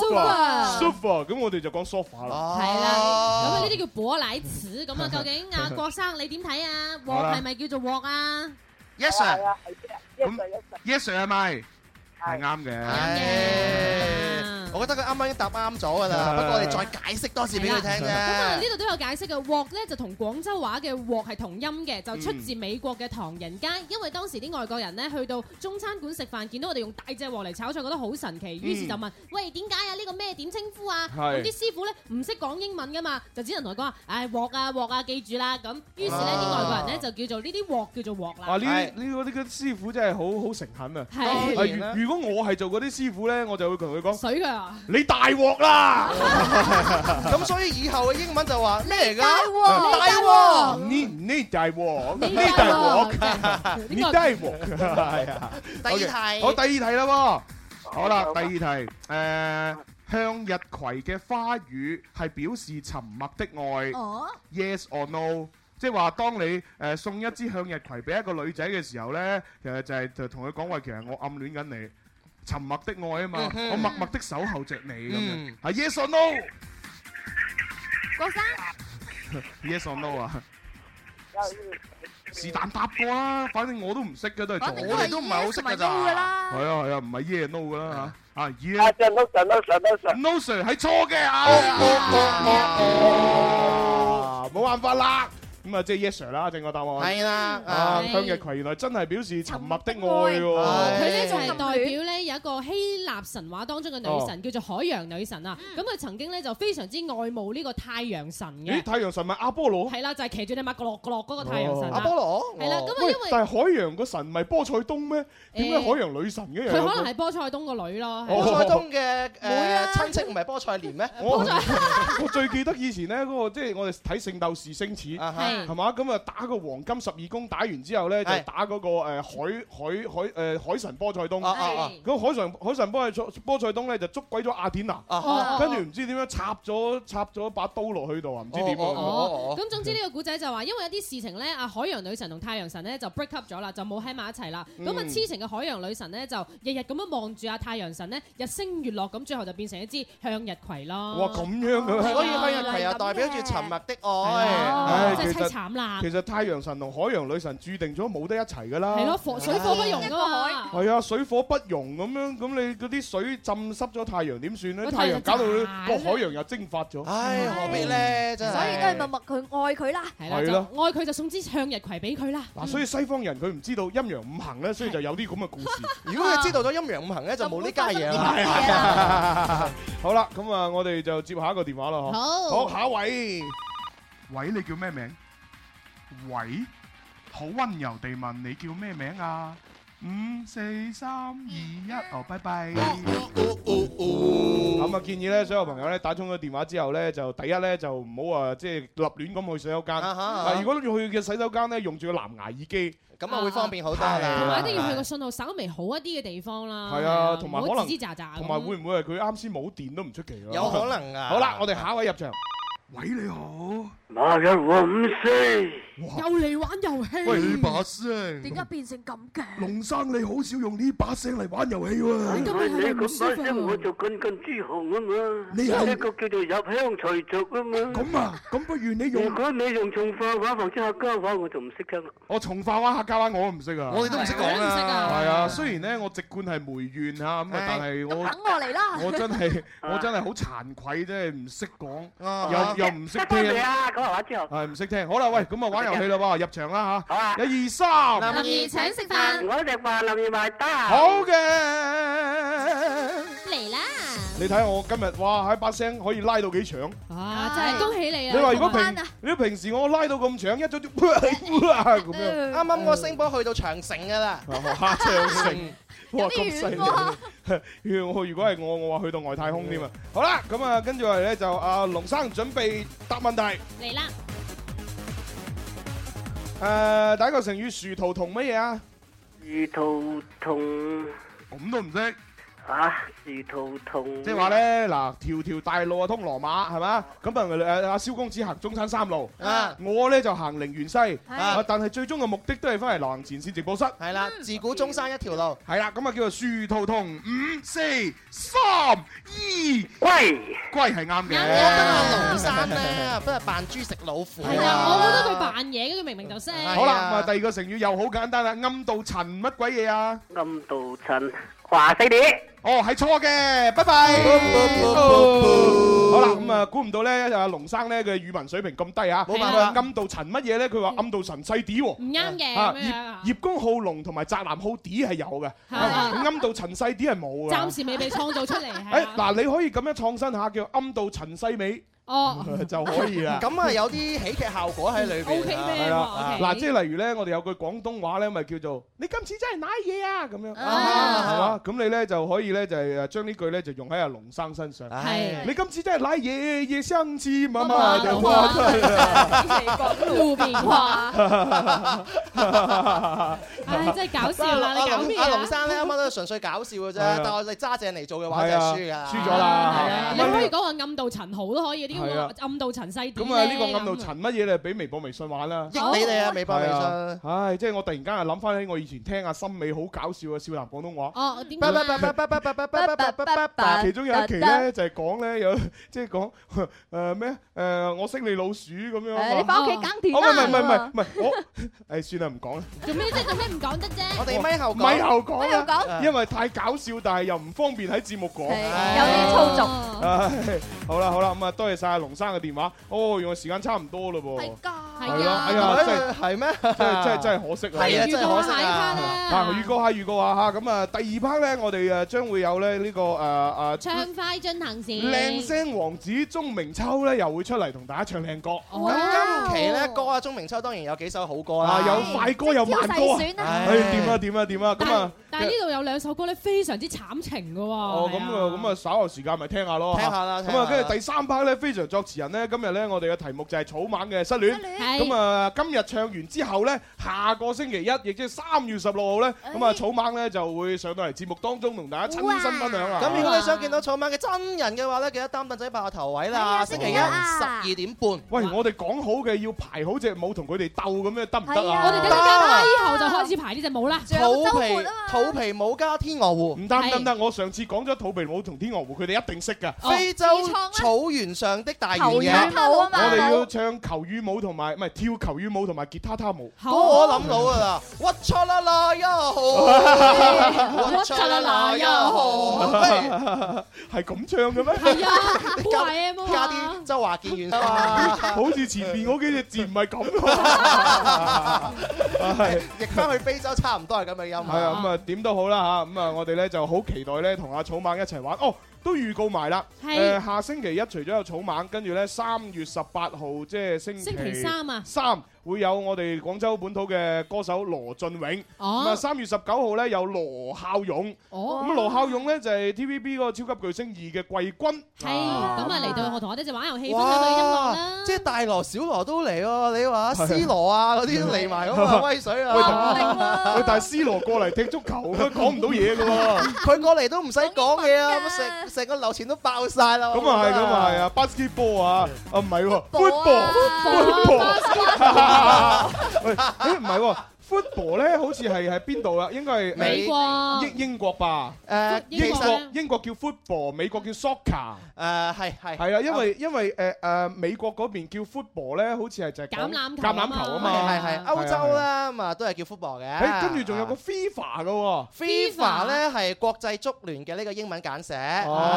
S8: sofa，sofa，咁我哋就講 sofa 啦。
S4: 係啦，咁啊呢啲叫波奶糍 咁啊，究竟阿郭生你點睇啊？
S8: 好啦
S4: 鑊係咪叫做鑊啊？
S9: Yes sir
S13: 係啊，yes sir yes sir。
S8: Yes sir 係咪？係啱嘅。
S9: 唉我覺得佢啱啱已經答啱咗㗎啦，
S8: 係
S9: 不過我哋再解釋多次俾佢聽
S4: 咁啊，呢
S9: 啫。
S4: 度都有解釋嘅，鑊咧就同廣州話嘅鑊係同音嘅，
S8: 嗯
S4: 就出自美國嘅唐人街。因為當時啲外國人咧去到中餐館食飯，見到我哋用大隻鑊嚟炒菜，覺得好神奇，於是就問：喂，點解啊？呢個咩點稱呼啊？
S8: 嗯係
S4: 咁啲師傅咧唔識講英文噶嘛，就只能同佢講話：唉，鑊啊鑊啊，記住啦。咁於是咧啲外國人咧就叫做呢啲鑊叫做鑊
S8: 啊！
S4: 啦。
S8: 呢啲呢個呢個師傅真係好好誠懇啊！
S4: 係
S8: 啊如如果我係做嗰啲師傅咧，我就會同佢講：
S4: 水佢啊！
S8: 你大鑊啦！
S9: 咁所以以後嘅英文就話咩嚟㗎？
S8: 大
S9: 鑊
S8: 呢呢大鑊，
S9: 你
S8: 呢
S9: 大
S8: 大
S9: 鑊
S8: 鑊，
S9: 真係
S8: 呢大鑊， 係啊！
S9: 第二題
S8: Dạ. OK，好，第二題啦喎，好啦，第二題，誒，向日葵嘅花語係表示沉默的愛
S10: 哦
S8: ，yes or no？即係話，當你 ờ, 誒送一支向日葵俾一個女仔嘅時候咧，其實就係就同佢講話，其實我暗戀緊你，沉默的愛啊嘛
S9: 嗯，哼
S8: 我默默的守候着你咁樣
S9: 嗯，
S8: 係 yes or no？yes
S10: 郭生
S8: or no à? 啊？是但答過啦，反正我都唔識嘅，都係
S10: 反
S8: 做
S10: 正
S9: 我哋都唔係好識㗎咋
S10: 同埋 U 㗎啦
S8: 係啊係啊，唔係 yeah no 噶啦嚇啊 yeah。
S13: 啊，no sir no sir no sir。
S8: No sir 係錯嘅啊！冇辦法啦，咁啊，即係 yes sir 啦，正確答案。
S9: 係啦
S8: 啊
S9: 係
S8: 向日葵原來真係表示沉默的愛喎。
S4: 佢咧就係代表咧有一個希臘神話當中嘅女
S8: 哦
S4: 神叫做海洋女神啊，咁佢曾經咧就非常之愛慕呢個太陽神嘅
S8: 咦，。太陽神咪阿波羅？
S4: 係啦，就係騎住你馬角落角落嗰個太陽神
S8: 哦
S4: 啊
S8: 阿波
S9: 羅
S4: 係啦，咁啊因
S8: 喂
S4: 為
S8: 但係海洋個神咪波塞冬咩？點解
S4: 誒
S8: 海洋女神嘅？
S4: 佢可能係波塞冬個女咯。係
S8: 哦
S4: 啦
S8: 波塞冬
S9: 嘅誒呃親戚唔係菠菜蓮咩？
S8: 我 我最記得以前咧嗰個即係我哋睇《聖鬥士星矢》
S9: 哈
S8: 係嘛，咁啊打個黃金十二宮打完之後咧，就
S9: 係
S8: 打嗰個誒海海海誒海神波塞冬。
S9: 啊啊啊
S8: 咁海神海神波塞波塞冬咧就捉鬼咗阿典娜
S9: 啊，
S8: 跟住唔知點樣插咗插咗把刀落去度啊，唔知點
S4: 哦，
S8: 啊。
S4: 咁總之呢個古仔就話，因為一啲事情咧，啊海洋女神同太陽神咧就 break up 咗啦，就冇喺埋一齊啦。咁啊
S8: 嗯
S4: 痴情嘅海洋女神咧就日日咁樣望住阿太陽神咧，日升月落咁，最後就變成一支向日葵咯。
S8: 哇，咁樣嘅咩
S9: 所以向日葵又代表住沉默的愛。
S8: 唉
S4: 哎真係
S8: 其實
S4: 凄慘啦
S8: 其實太陽神同海洋女神注定咗冇得一齊㗎啦。
S4: 係咯，火水火不
S8: Dạ,
S4: 容噶嘛。
S8: 係啊，水火不容咁樣，咁你嗰啲水浸濕咗太陽點算咧？
S4: 個
S8: 太
S4: 太
S8: 陽
S4: 陽
S8: 搞到
S4: 就
S8: 個海洋又蒸發咗。
S9: 唉，何必咧？真係。
S10: 所以都係默默佢愛佢啦。
S4: 係
S8: 係啦
S4: 啦，就愛佢就送支向日葵俾佢啦。
S8: 嗱，所以西方人佢唔知道陰陽五行咧，所以就有啲咁嘅故事。
S9: 如果佢知道咗陰陽五行咧，就冇呢家嘢啦。
S8: 好啦，咁啊，我哋就接下一個電話啦，嗬
S9: 好
S8: 好，下一位，喂，你叫咩名？喂，好温柔地問你叫咩名啊？五四三二一，哦，拜拜。咁啊，建議咧，所有朋友咧打通咗電話之後咧，就第一咧就唔好啊，即係立亂咁去洗手間。
S9: 啊哈啊哈
S8: 啊，如果要去嘅洗手間咧，用住個藍牙耳機。
S9: 咁啊，會方便好多啦。
S4: 同埋一定要去個信號稍微好一啲嘅地方啦。
S8: 係啊，同埋可
S4: 唔好
S8: 能
S4: 吱吱喳喳咁。
S8: 同埋會唔會係佢啱先冇電都唔出奇啊？
S9: 有可能啊
S8: 好啦，我哋下一位入場。喂，你好。馬
S14: 嘅五四。
S4: 又嚟玩遊戲？
S14: 喂呢把聲
S10: 點解變成咁嘅？
S8: 龍生你好少用呢把聲嚟玩遊戲
S14: 你咁把聲，我就近近朱紅啊嘛。你係呢個叫做入鄉隨俗啊嘛。咁
S8: 啊，咁不如你
S14: 用。如果你用從化話或者客家話，我就唔識聽啦。
S8: 我從化話客家話我都唔識啊，
S14: 我哋都唔識講啊我哋都唔識啊
S8: 係啊，雖然咧我籍貫係梅縣嚇咁啊，但係我
S10: 等我嚟啦
S8: 我真 係我真係好慚愧，真係唔識
S14: 啊
S8: 講，又又唔識
S14: 多
S8: 聽，
S14: 謝啊，講話之後。
S8: 係唔識聽。好啦，喂，咁啊玩遊戲啦 喎，入場啦
S14: 好啊
S8: 嚇，一二三，
S14: 兒食飯，我食飯，林兒埋單。
S8: 好嘅。
S4: 嚟啦！
S8: 你睇我今日哇，喺把聲可以拉到幾長？
S4: 啊，真係恭喜你
S8: 你
S4: 啊！
S8: 話如果
S4: 今晚
S8: 平
S4: 啊
S8: 你平時我拉到咁長，一早就 咁樣。啊
S9: 啱啱個聲波去到長城噶啦。
S8: 哇！長 城，哇
S9: 有啲
S8: 咁犀
S9: 遠喎
S8: 利！我 如果係我，我話去到外太空添啊！好啦，咁啊，跟住嚟咧就阿龍生準備答問題。
S4: 嚟啦！
S8: 誒，第一個成語殊途同乜嘢啊？
S14: 殊途同
S8: 咁都唔識
S14: 啊！殊途同
S8: 即係話咧，嗱，條條大路啊通羅馬，係嘛？咁啊，誒阿蕭公子行中山三路，我咧就行陵園西，啊但係最終嘅目的都係翻嚟流行前線直播室。
S9: 係啦，自古中山一條路。
S8: 係啦，咁啊叫做殊途同五四三二歸歸係啱嘅。
S9: 我覺得阿龍山咧，都係扮豬食老虎。
S4: 係啊，我覺得佢扮嘢嘅，佢明明就識。
S8: 好啦，咁啊第二個成語又好簡單啦，暗度陳乜鬼嘢啊？
S14: 暗度陳華西啲。
S8: 哦，係錯嘅，拜拜。好啦，咁啊，估唔到咧，阿龍生咧嘅語文水平咁低啊，
S9: 冇辦法
S8: 暗度陳乜嘢咧？佢話暗度陳細啲喎。À,
S4: 唔啱嘅
S8: 啊
S4: 咁樣
S8: 葉
S4: 啊
S8: 葉公好龍同埋宅男好啲係有嘅，
S4: 係
S8: 啊暗度陳細啲係冇嘅。
S4: 暫時未被創造出 嚟，
S8: 誒
S4: 係啊
S8: 哎嗱，你可以咁樣創新下，叫暗度陳世美。
S4: 哦，
S8: 就可以啦。
S9: 咁啊，有啲喜劇效果喺裏邊。
S8: O K
S9: 係
S8: 啦，嗱，即係例如咧，我哋有句廣東話咧，咪叫做你今次真係奶嘢啊咁樣，
S9: 嗯
S8: 係嘛？咁你咧就可以咧就係誒將呢句咧就用喺阿龍生身上。
S9: 係
S8: 你今次真係奶嘢，夜相似媽媽的話。
S4: 路邊話，
S9: 唉哎
S4: 唉，真係搞笑啦！你搞咩
S9: 阿
S4: 啊
S9: 龍？生咧，啱啱都係純粹搞笑嘅啫，
S8: 係啊
S9: 但係我哋揸正嚟做嘅話
S8: 係
S9: 就係
S8: 啊，
S9: 輸㗎啦。
S8: 輸咗啦。係啊
S4: 你可以講話暗度陳豪都可以，點解
S8: 係啊
S4: 我暗度陳細啲
S8: 咁啊，呢
S4: 咧
S8: 個暗度陳乜嘢咧？俾微博、微信玩啦。
S9: 益你哋啊微博微信
S8: 係啊唉，即係我突然間啊諗翻起我以前聽阿森美好搞笑嘅少男廣東話。
S4: 哦，點
S9: 解啊
S8: 但其中有一期咧，就係講咧有 即係講誒咩誒，我識你老鼠咁樣啊嘛。
S10: 誒你返屋企耕田
S8: 哦唔係
S10: 啦
S8: 唔係唔係唔係，我誒 算啦，唔講啦。
S4: 做咩啫？做咩唔講得啫？
S9: 我哋咪後講
S8: 咪後講啦
S9: 咪後講
S8: 因為太搞笑，但係又唔方便喺節目講。
S9: 係有啲粗俗
S8: 唉好啦好啦，咁啊，多謝晒阿龍生嘅電話。哦，原來時間差唔多嘞噃。
S4: 係
S8: 係咯，哎
S9: 哎
S8: 呀，真係
S9: 係咩？
S8: 真係真係真係可惜
S9: 係
S8: 啊！
S9: 啊，真係可惜啊！
S8: 啊，預告下預告下嚇，咁啊第二 part 咧，我哋誒將會有咧呢個誒誒
S11: 暢快進行時，
S8: 靚聲王子鐘明秋咧又會出嚟同大家唱靚歌。
S4: 哦
S9: 咁今期咧歌啊，鐘明秋當然有幾首好歌啦，
S8: 啊有快歌有慢歌啊，
S9: 唉
S8: 唉點啊點啊點啊，咁啊
S4: 但係呢度有兩首歌咧，非常之慘情嘅喎。
S8: 哦，咁啊，咁啊，稍後時間咪聽下咯。
S9: 聽下啦
S8: 嚇
S9: 聽
S8: 咁
S9: 下
S8: 啊，
S9: 啦
S8: 跟住第三 part 咧，非常作詞人咧，今日咧我哋嘅題目就係草蜢嘅失戀。
S4: 係
S8: 咁啊，今日唱完之後咧，下個星期一，亦即係三月十六號咧，咁啊，草蜢咧就會上到嚟節目當中同大家親身分享啊。
S9: 咁如果你想見到草蜢嘅真人嘅話咧，記得擔凳仔霸下頭位啦，星期一十二點半。
S8: 喂，我哋講好嘅要排好隻舞同佢哋鬥咁樣得唔得啊？
S4: 我哋等陣間啦，以後就開始排呢只舞啦。
S9: 肚
S8: 啊
S9: 皮肚皮舞加天鵝湖，
S8: 唔得唔得唔得，我上次講咗肚皮舞同天鵝湖，佢哋一定識㗎。
S4: 哦
S9: 非洲
S4: 啊
S9: 草原上的大原野，
S8: 我哋要唱球羽舞同埋唔係跳球羽舞同埋吉他他舞。
S9: 好我諗到㗎啦，
S4: 啊
S9: 我錯啦啦呀好，我錯啦啦呀好，
S8: 係咁唱嘅咩？
S4: 係啊，
S9: 加加啲周華健元素啊，
S8: 好似前面嗰幾隻字唔係咁喎。係
S9: 譯翻去非洲差唔多係咁嘅音。
S8: 係啊，咁啊點都好啦嚇，咁啊我哋咧就好期待咧同阿草蜢一齊玩哦。都預告埋啦，
S9: 係
S8: 誒下星期一除咗有草蜢，跟住咧三月十八號即係星期
S4: 星期三啊
S8: 三會有我哋廣州本土嘅歌手羅俊永，
S4: 哦
S8: 咁啊三月十九號咧有羅孝勇，
S4: 哦
S8: 咁羅孝勇咧就係 TVB 嗰個超級巨星二嘅季軍，
S4: 係咁啊，嚟到我同我哋就玩遊戲，分享佢音樂啦。
S9: 哇！即係大羅、小羅都嚟喎，你話 C 羅啊嗰啲都嚟埋咁啊，威水啊！
S8: 喂 但喂，但係 C 羅過嚟踢足球，佢講唔到嘢嘅喎。
S9: 佢過嚟都唔使講嘢啊，咁成成個流程都爆晒啦！
S8: 咁啊係，咁啊係啊，basketball 啊，啊唔係喎，football，football，喂，誒唔係喎，football 咧好似係喺邊度啦？應該係
S9: 美國
S8: 英英國吧？
S9: 誒
S8: 英
S9: 英國
S8: 國英國叫 football，美國叫 soccer。
S9: 誒係係
S8: 係啊，因為因為誒誒美國嗰邊叫 football 咧，好似係就係講
S9: 橄欖球
S8: 橄欖球啊嘛，
S9: 係係係歐洲
S8: 係啊。
S9: 啦，咁啊都係叫 football 嘅。
S8: 誒，跟住仲有個 FIFA 嘅喎。
S9: FIFA 咧係國際足聯嘅呢個英文簡寫。
S8: 哦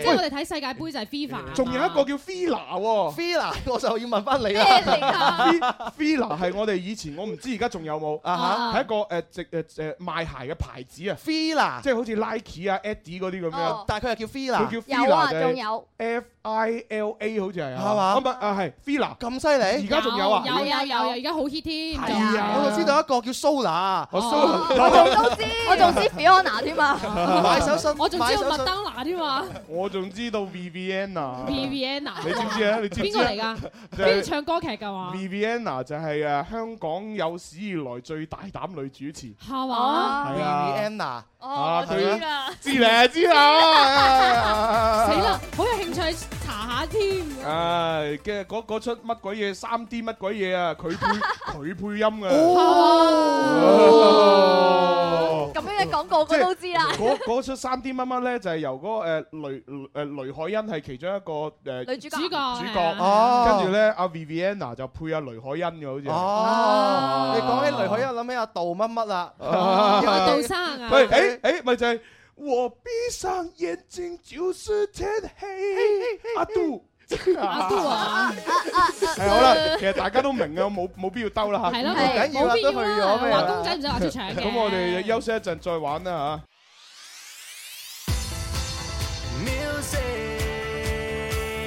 S4: 即係我哋睇世界盃就係 FIFA。
S8: 仲有一個叫 Fila 喎
S9: ，Fila 我就要問翻你
S8: 啦
S9: 啦。嚟
S8: Fila 係我哋以前我唔知而家仲有冇，
S9: 啊哈
S8: 係一個誒直誒誒賣鞋嘅牌子啊
S9: Fila
S8: 即係好似 Nike 啊、Adi 嗰啲咁樣
S9: 哦，但係佢係叫 Fila
S8: 佢叫
S9: 有
S8: Fila
S9: 啊
S8: 就係
S9: 仲有
S8: F I L A 好似係啊，
S9: 係嘛
S8: 啊唔係啊係 Fila
S9: 咁犀利
S8: 而家仲有啊？
S4: 有有有有，而家好 hit 添。
S9: 係啊，我就知道一個叫 Sola。
S8: 我
S10: 都知，我仲知 Fiona 添啊，
S9: 買手信
S4: 我仲知
S9: 買手
S4: 道
S9: 信
S4: 麥當娜添嘛
S8: 我仲知道 Viviana。
S4: ，Viviana。
S8: 你知唔知啊你知唔知啊
S4: 邊個嚟㗎？
S8: 就係
S4: 邊個唱歌劇㗎嘛？
S8: Viviana 就係誒香港有史以來最大膽女主持，
S4: 係嘛
S8: 係啊
S9: Viviana
S8: 啊
S4: 哦，我知
S8: 佢
S4: 啦
S8: 啊知咧知 哎啦，
S4: 死啦！好有興趣查下添。
S8: 唉，嘅嗰嗰出乜鬼嘢三 D 乜鬼嘢啊，佢配 佢配音嘅。哦
S10: 咁樣嘅廣告我都知啦。
S8: 嗰嗰出三 D 乜乜咧，就係由嗰個誒雷誒雷海欣係其中一個誒
S10: 女主角
S8: 主
S4: 啊
S8: 角
S10: 主角
S9: 哦
S8: 跟住咧阿 Viviana 就配阿雷海欣嘅好似係。
S9: 哦，你講起雷海欣，我諗起阿杜乜乜啦，
S4: 哦
S9: 哦
S8: 啊
S9: 有個
S8: 喂，誒誒，咪就係我閉上眼睛就是天黑，阿杜。
S4: 阿杜 啊，
S8: 係好啦，其實大家都明嘅，冇冇必要兜啦嚇。
S4: 係咯唔緊要啦冇必要啦都去咗咩畫公仔唔使畫出腸嘅
S8: 啊咁我哋休息一陣再玩啦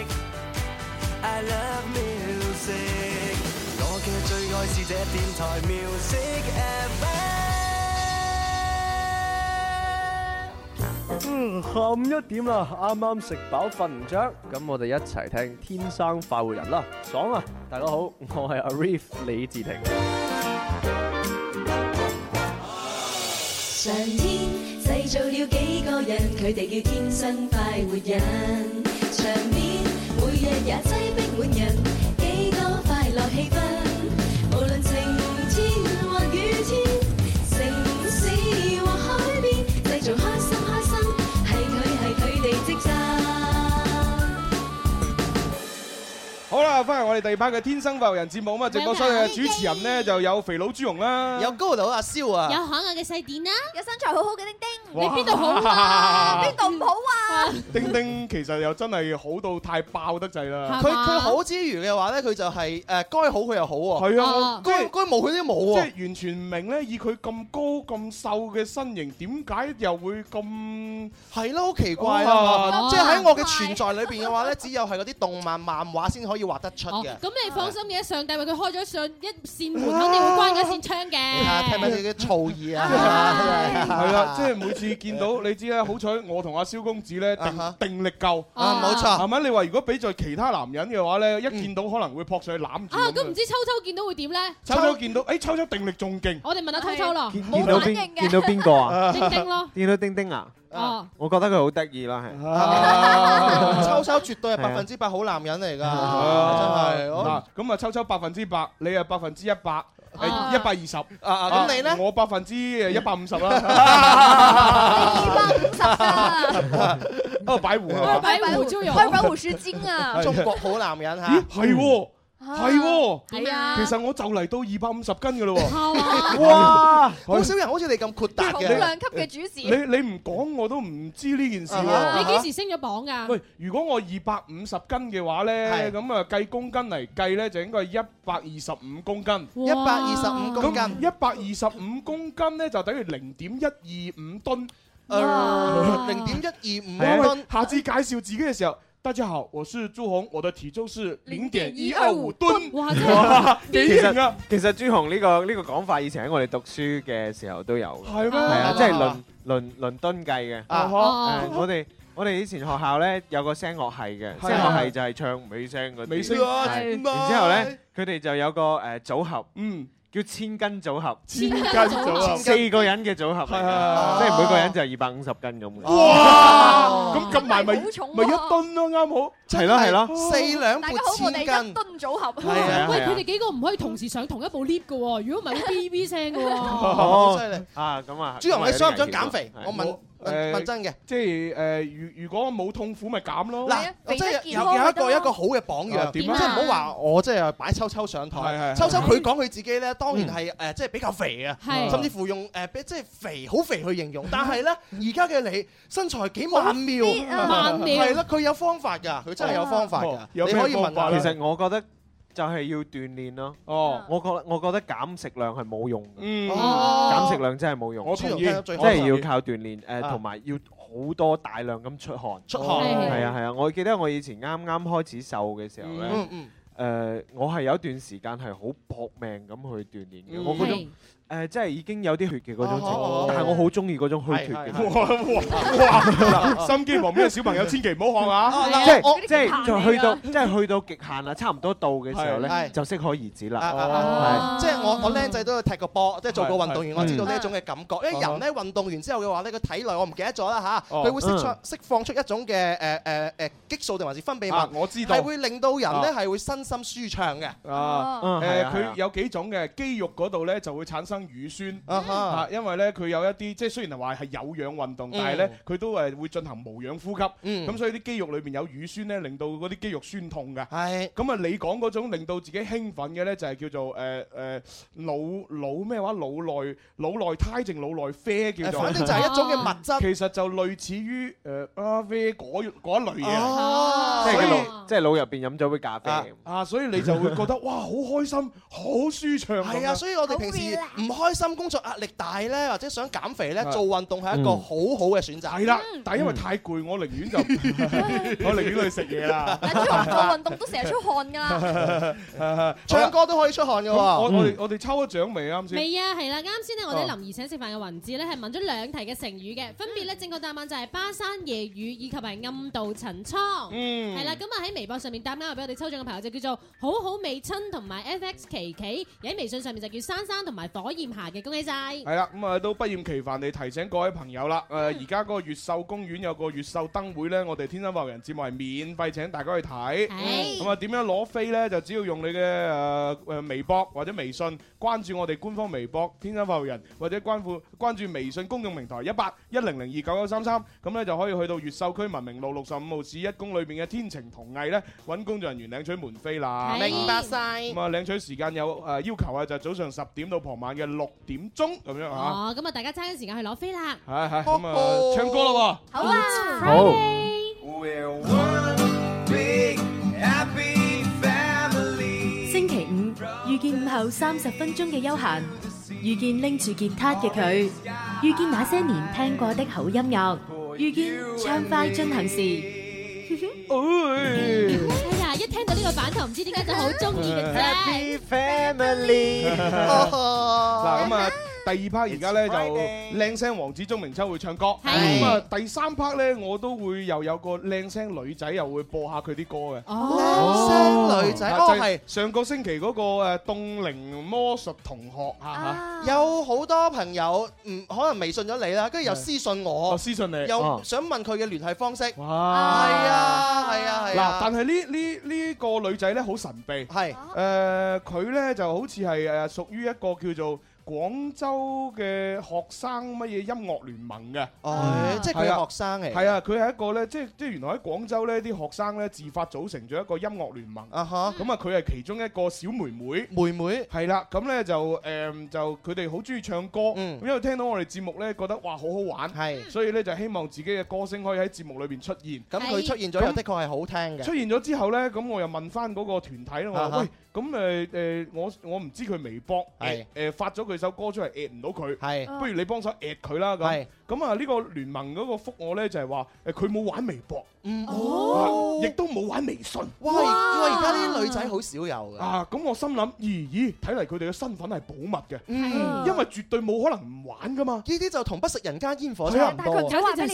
S1: ，music，I love music，我嘅最愛是這電台 music FM。
S15: 嗯下午一點啦，啱啱食飽瞓唔着，咁我哋一齊聽《天生快活人》啦，爽啊！大家好，我係 Arif 李志廷。
S12: 上天製造了幾個人，佢哋叫天生快活人。場面每日也擠逼滿人，幾多快樂氣氛。無論晴天或雨天，城市或海邊，製造開心開心，係佢係佢哋職責。
S8: 嚇。好啦，啊，翻嚟我哋第二 part 嘅《天生發育人》節目咁啊，直播室嘅主持人咧就有肥佬朱紅啦，有
S9: 高佬阿蕭啊
S11: 有可愛嘅細點啦，
S10: 有身材好好嘅丁丁，
S8: 你邊度好啊
S10: 邊度唔好啊？
S8: 丁丁其實又真係好到太爆得滯啦，
S9: 佢佢好之餘嘅話咧，佢就係誒該好佢又
S4: 哦
S9: 好喎。
S8: 係啊，
S9: 該該冇佢都冇喎。
S8: 即係完全唔明咧，以佢咁高咁瘦嘅身形，點解又會咁
S9: 係咯，好奇怪啊！即係喺我嘅存在裏邊嘅話咧，只有係嗰啲動漫漫畫先可以畫得出嘅。
S4: 哦咁你放心嘅，上帝為佢開咗上一扇門，肯定會關咗一扇窗
S9: 你睇下睇
S4: 嘅。
S9: 咪佢嘅造詣
S8: 係
S9: 啊！
S8: 啦，即係每次 見到你知咧，好彩我同阿蕭公子咧定定力夠
S9: 啊冇錯嗯
S8: 係咪？你話如果俾在其他男人嘅話咧，一見到可能會撲上去攬住
S4: 啊，
S8: 咁
S4: 咁唔
S8: 樣。
S4: 知秋秋見到會點咧？
S8: 秋秋見到，誒秋秋定力仲勁。
S4: 我哋問下秋秋咯，
S15: 見到邊見到邊 個啊？
S4: 丁丁咯，
S15: 見到丁丁啊？
S4: 哦，
S15: 我覺得佢好得意啦， 哦
S9: 啊
S15: 係。
S9: 秋秋絕
S10: 啊
S9: 對係百分之百好男人嚟㗎，真係
S8: 嗱
S9: 我。，
S8: 咁啊，秋秋百分之百，你啊百分之一百，誒一百二十，
S9: 啊咁你咧
S8: 我百分之誒一百五十啦，哦，百胡啊，
S10: 白
S4: 胡椒油
S10: 白啊胡椒精啊！
S9: 中國好男人嚇。
S8: 咦，係喎。
S10: 啊
S8: 係喎，
S10: 係啊
S8: 其實我就嚟到二百五十斤嘅咯
S10: 係
S8: 喎，
S10: 嘛
S9: 哇
S8: 係
S9: 好少人好似你咁豁達
S10: 重
S9: 嘅。
S10: 量級嘅主
S8: 你
S10: 持，
S8: 你唔講我都唔知呢件事
S4: 啊
S8: 喎。
S4: 你幾時升咗榜㗎？
S8: 喂，如果我二百五十斤嘅話咧，咁啊計公斤嚟計咧，就應該係一百二十五公斤。
S9: 125公斤
S8: 一百二十五公斤咧就等於零點一二五噸。
S9: 呃0.125噸
S8: 係啊下次介紹自己嘅時候。大家好，我是朱紅，我的體重是零點一二五噸。
S4: 哇，
S8: 幾型啊！
S15: 其實朱紅呢個呢個講法，以前喺我哋讀書嘅時候都有嘅。
S8: 係咩
S15: 係啊，即係倫倫倫敦計嘅。
S8: 啊
S15: 誒
S8: 哦
S15: 我哋我哋以前學校咧有個聲樂系嘅，
S8: 係
S15: 聲
S8: 啊
S15: 樂系就係唱美聲嗰啲。
S8: 美聲
S15: 係
S8: 係
S15: 然之後咧，佢哋就有個誒組合，
S8: 嗯，
S15: 叫千斤組合。
S8: 千斤組合
S15: 四個人嘅組合嚟
S8: 係係係
S15: 嘅，即係每個人就二百五十斤咁嘅。
S8: 哇！咁撳埋咪咪一噸咯，啱好。
S15: 係咯係咯。
S10: 大家好，我哋一噸組合，
S15: 係啊係啊
S4: 喂，佢哋幾個唔可以同時上同一部 lift 嘅喎，如果唔係會 B B 聲嘅
S8: 好
S4: 喎。
S9: 犀利
S15: 啊！咁啊，
S9: 朱紅，你想唔想減肥？我問
S8: 誒
S9: 問問真嘅。
S8: 即係誒，如如果冇痛苦咪減咯。
S9: 嗱，我真係有有一個有一個好嘅榜
S8: 啊
S9: 樣，即
S8: 點
S9: 係
S8: 啊
S9: 唔好話我即係擺秋秋上台。
S8: 係係嗯
S9: 秋秋佢講佢自己咧，當然係誒，即係比較肥啊，
S8: 係
S9: 甚至乎用誒比即係肥好肥去形
S8: 嗯
S9: 容。但係咧，而家嘅你身材幾曼妙，
S15: 好 fit 啊曼妙
S9: 係啦，佢有方法㗎，佢真係有方法㗎
S15: 哦，
S9: 你可以問下。嗯
S15: 其實我覺得就係要鍛鍊咯。
S8: 哦，
S15: 我覺我覺得減食量係冇用嘅。
S8: 嗯
S9: 哦
S15: 減食量真係冇用。
S9: 我同意
S15: 即係要靠鍛鍊，誒
S9: 啊
S15: 同埋要好多大量咁出汗。
S9: 出
S15: 係
S9: 汗
S15: 係啊係啊！我記得我以前啱啱開始瘦嘅時候
S9: 嗯
S15: 咧
S9: 嗯。
S15: 誒，我係有一段時間係好搏命咁去鍛鍊嘅，
S9: 嗯
S15: 我嗰種
S9: 係
S15: 誒，即係已經有啲血嘅嗰種情
S9: 哦
S15: 況，但係我好中意嗰種虛脱
S8: 係
S15: 嘅。
S8: 哇哇！心機旁邊嘅小朋友千祈唔好學
S15: 即
S8: 下。
S15: 係即係就去到即係去到極限啦，差唔多到嘅時候
S9: 係
S15: 咧，就適可而止啦。
S9: 啊即係我我僆仔都有踢過波，即係做過運動員，
S15: 係係
S9: 我知道呢一種嘅感覺。因為人咧運動完之後嘅話咧，個體內我唔記得咗啦嚇，
S8: 哦
S9: 佢會釋出釋放出一種嘅誒誒誒激素定還是分泌
S8: 啊
S9: 物，，
S8: 我知道
S9: 係。會令到人咧
S8: 啊
S9: 係會身心舒暢嘅。
S8: 啊，
S9: 嗯係啊
S8: 誒
S9: 係啊
S8: 佢有幾種嘅肌肉嗰度咧就會產生乳酸
S9: 啊哈
S8: 啊，因為咧佢有一啲即係雖然係話係有氧運動，
S9: 嗯
S8: 但係咧佢都誒會進行無氧呼吸，
S9: 嗯
S8: 咁所以啲肌肉裏邊有乳酸咧，令到嗰啲肌肉酸痛㗎。
S9: 係
S8: 咁啊，你講嗰種令到自己興奮嘅咧，就係叫做誒誒腦腦咩話腦內腦內胎定腦內啡叫做，
S9: 誒呃反正就係一種嘅物質
S8: 其實就類似於誒啊啡嗰嗰一類
S9: 嘢，
S15: 即係
S8: 所
S15: 佢
S8: 以
S15: 腦即係腦入邊飲咗杯咖啡。
S8: 啊，所以你就會覺得哇，好開心，好舒暢咁樣。
S9: 係啊，所以我哋平時唔開心、工作壓力大咧，或者想減肥咧，
S8: 係
S9: 做運動係一個好
S8: 嗯
S9: 好嘅選擇。
S8: 係啦，
S10: 嗯
S8: 但係因為太攰，我寧願 就 我寧願去食嘢啦。
S10: 做運動都成日出啊汗 㗎啦。
S9: 唱歌都可以出啊汗嘅
S8: 咁我
S9: 喎。
S8: 我哋我哋抽咗獎未啊啱先？
S4: 未啊，係啦，啱先咧，我哋
S8: 哦嗯
S4: 臨而請食飯嘅雲志咧，係問咗兩題嘅成語嘅，分別咧正確答案就係巴山夜雨以及係暗度陳倉。
S8: 嗯
S4: 係啦，咁啊喺微博上面答啱俾我哋抽獎嘅朋友就叫做好好味親同埋 FX 琪琪，而喺微信上面就叫珊珊同埋火炎霞嘅，恭喜晒！
S8: 系啦，咁啊都不厭其煩地提醒各位朋友啦。誒，而家嗰個越秀公園有個越秀燈會呢，我哋天生發人節目係免費請大家去睇。咁啊，點樣攞飛呢？就只要用你嘅誒誒微博或者微信關注我哋官方微博「天生發人」，或者關注關注微信公眾平台一八一零零二九九三三，咁呢就可以去到越秀區文明路六十五號市一公裏面嘅天晴同藝呢，揾工作人員領取門飛啦。
S9: 明白晒
S8: 咁啊，領取時間有誒要求啊，就係早上十點到傍晚嘅六點鐘咁樣嚇。
S4: 哦，咁啊，大家揸緊時間去攞飛啦！
S8: 係係咁啊，唱歌啦
S4: 好啊，
S8: 好
S1: We're one big happy family.
S11: 星期五遇見午後三十分鐘嘅休閒，遇見拎住吉他嘅佢，遇見那些年聽過的好音樂，遇見暢快進行時。
S15: 嗯
S4: 哎呀，一聽到呢個版頭，唔知點解就好中意嘅啫。
S8: Family
S4: 哦
S8: 嗱咁啊。第二 part 而家咧就靚聲王子鍾明秋會唱歌，咁啊第三 part 咧我都會又有個靚聲女仔又會播下佢啲歌嘅。
S9: 哦靚聲女仔
S8: 啊
S9: 哦
S8: 就係
S9: 係
S8: 上個星期嗰個誒凍齡魔術同學啊嚇
S9: 有好多朋友唔可能微信咗你啦，跟住又私信我，
S8: 私信你哦
S9: 又想問佢嘅聯繫方式。
S8: 哇！
S9: 係啊，係啊，係
S8: 嗱，
S9: 啊。
S8: 但係呢呢呢個女仔咧好神秘，
S9: 係
S8: 誒佢咧就好似係誒屬於一個叫做廣州嘅學生乜嘢音樂聯盟嘅，
S9: 哦即係佢係
S8: 係啊
S9: 學生嚟
S8: 係啊，佢係一個咧，即係即係原來喺廣州咧啲學生咧自發組成咗一個音樂聯盟，
S9: 啊哈，
S8: 咁啊佢係其中一個小妹妹，
S9: Uh-huh。妹妹
S8: 係啦，咁咧就誒就佢哋好中意唱歌，因為聽到我哋節目咧覺得哇好好玩，
S9: 係，
S8: 所以咧就希望自己嘅歌聲可以喺節目裏邊出現，
S9: 咁佢出現咗又的確係好聽嘅。
S8: 出現咗之後呢，咁我又問翻嗰個團體啦，我
S9: 啊
S8: 話
S9: 哈
S8: 喂，咁誒誒，我我唔知佢微博
S9: 係
S8: 誒誒發咗佢首歌出嚟 at 唔到佢，
S9: 係
S8: 不如你幫手 at 佢啦咁。咁啊呢個聯盟嗰個覆我呢，就係話誒佢冇玩微博，
S9: 哦
S8: 啊亦都冇玩微信。
S9: 哇！哇！而家啲女仔好少有嘅。
S8: 啊！咁我心諗，咦咦，睇嚟佢哋嘅身份係保密嘅，
S9: 嗯
S8: 因為絕對冇可能唔玩噶嘛。啊
S9: 呢啲就同不食人間煙火差唔多。啊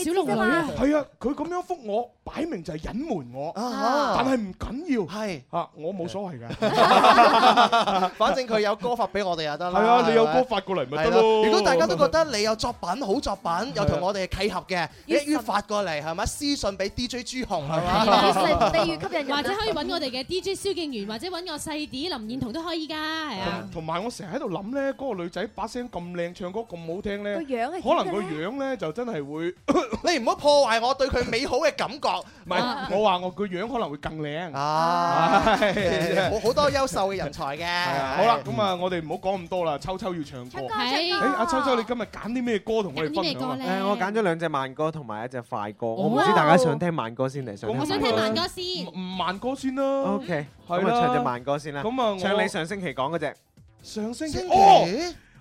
S8: 係啊，佢咁樣覆我，擺明就係隱瞞我，
S9: 啊
S8: 但係唔緊要。
S9: 係
S8: 啊，我冇所謂㗎。
S9: 反正佢有歌發俾我哋就得啦。
S8: 係啊你有
S9: 係咪
S8: 歌發過嚟咪
S9: 係
S8: 得
S9: 咯
S8: 咯
S9: 如果大家都覺得你有作品好作品，又同我哋契合嘅，一於發過嚟係咪？私信俾 DJ 朱紅係嘛？
S4: 或者可以揾我哋嘅 DJ 蕭敬元，或者揾我細啲林燕彤都可以㗎，係啊。
S8: 同埋我成日喺度諗咧，嗰個女仔把聲咁靚，唱歌咁好聽咧，
S4: 個樣係點嘅咧
S8: 可能個樣咧就真係會，
S9: 你唔好破壞我對佢美好嘅感覺。
S8: 唔係我話我個樣可能會更靚
S9: 啊
S8: 係
S9: 好好多優秀嘅人才
S8: 係
S9: 嘅。
S8: 啊好啦，咁啊，我哋唔好講咁多啦。秋秋要唱歌，
S9: 係
S8: 誒阿秋秋，你今日揀啲咩歌同我哋分享啊？
S15: 誒，我揀咗兩隻慢歌同埋一隻快歌，我唔
S8: 哦
S15: 知大家想聽慢歌先定想聽快歌
S4: 歌先，
S8: 唔慢歌先啦。
S15: OK，
S8: 係
S15: 咁啊
S8: 啦
S15: 唱隻慢歌先啦。
S8: 咁啊我
S15: 唱你上星期講嗰只。
S8: 上星
S15: 星
S8: 期
S15: 期
S8: 哦，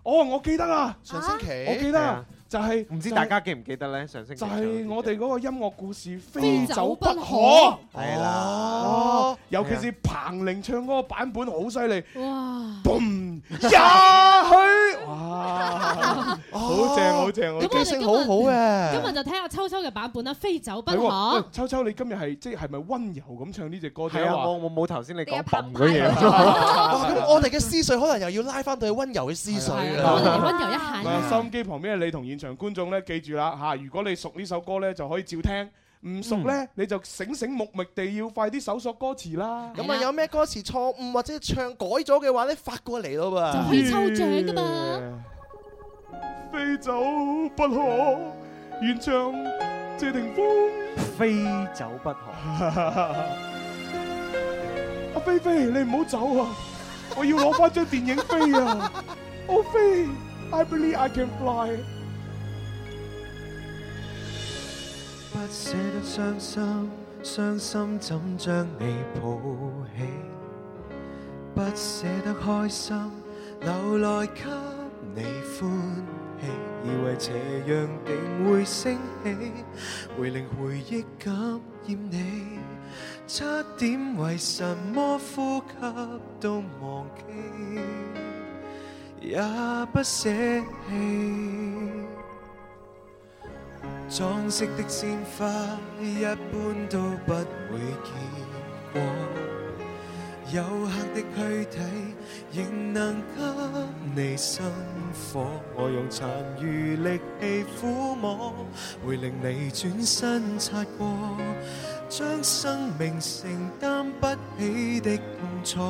S8: 哦，我記得啦，
S9: 上星期
S8: 我記得啦，就係
S15: 唔知大家記唔記得咧？上星期
S8: 就係我哋嗰個音樂故事
S15: 非
S8: 非
S15: 走
S8: 走不
S15: 不可
S8: 可。
S15: 係啦
S8: 哦，尤其
S9: 啊
S8: 是彭羚唱嗰個版本好犀利。
S4: 哇！
S8: 嘣！也 許哇，好正好正，好
S4: 咁我哋今日
S9: 啊
S4: 今日就睇下秋秋嘅版本啦，非走不可。
S8: 秋秋，你今日係即係咪温柔咁唱呢只歌啫？
S15: 係啊我
S8: 我冇頭先你
S15: 講
S8: 嘣
S15: 嗰嘢
S9: 哇咁我哋嘅思緒可能又要拉翻對温柔嘅思緒
S4: 啊
S9: 啦。
S4: 温柔一下啦
S8: 嗱，收音機旁邊嘅你同現場觀眾咧，記住啦嚇，如果你熟呢首歌咧，就可以照聽；唔熟咧，你就醒醒目目地要快啲搜索歌詞啦。
S9: 咁啊，有咩歌詞錯誤或者唱改咗嘅話咧，發過嚟咯噃。
S8: 就可以抽獎㗎嘛。飛走不可，原唱謝霆鋒。
S15: 非走不可。
S8: 阿菲菲，你唔好走啊！我要攞翻張電影飛啊！ 我飛，I believe I can fly。
S16: 不捨得傷心，傷心怎將你抱起？不捨得開心，留來給你歡喜，以為這樣定會升起，會令回憶感染你。差點為什麼呼吸都忘記，也不捨棄。裝飾的鮮花一般都不會結果，有限的躯體仍能給你生火。我用殘餘力氣撫摸，會令你轉身擦過，將生命承擔不起的痛楚。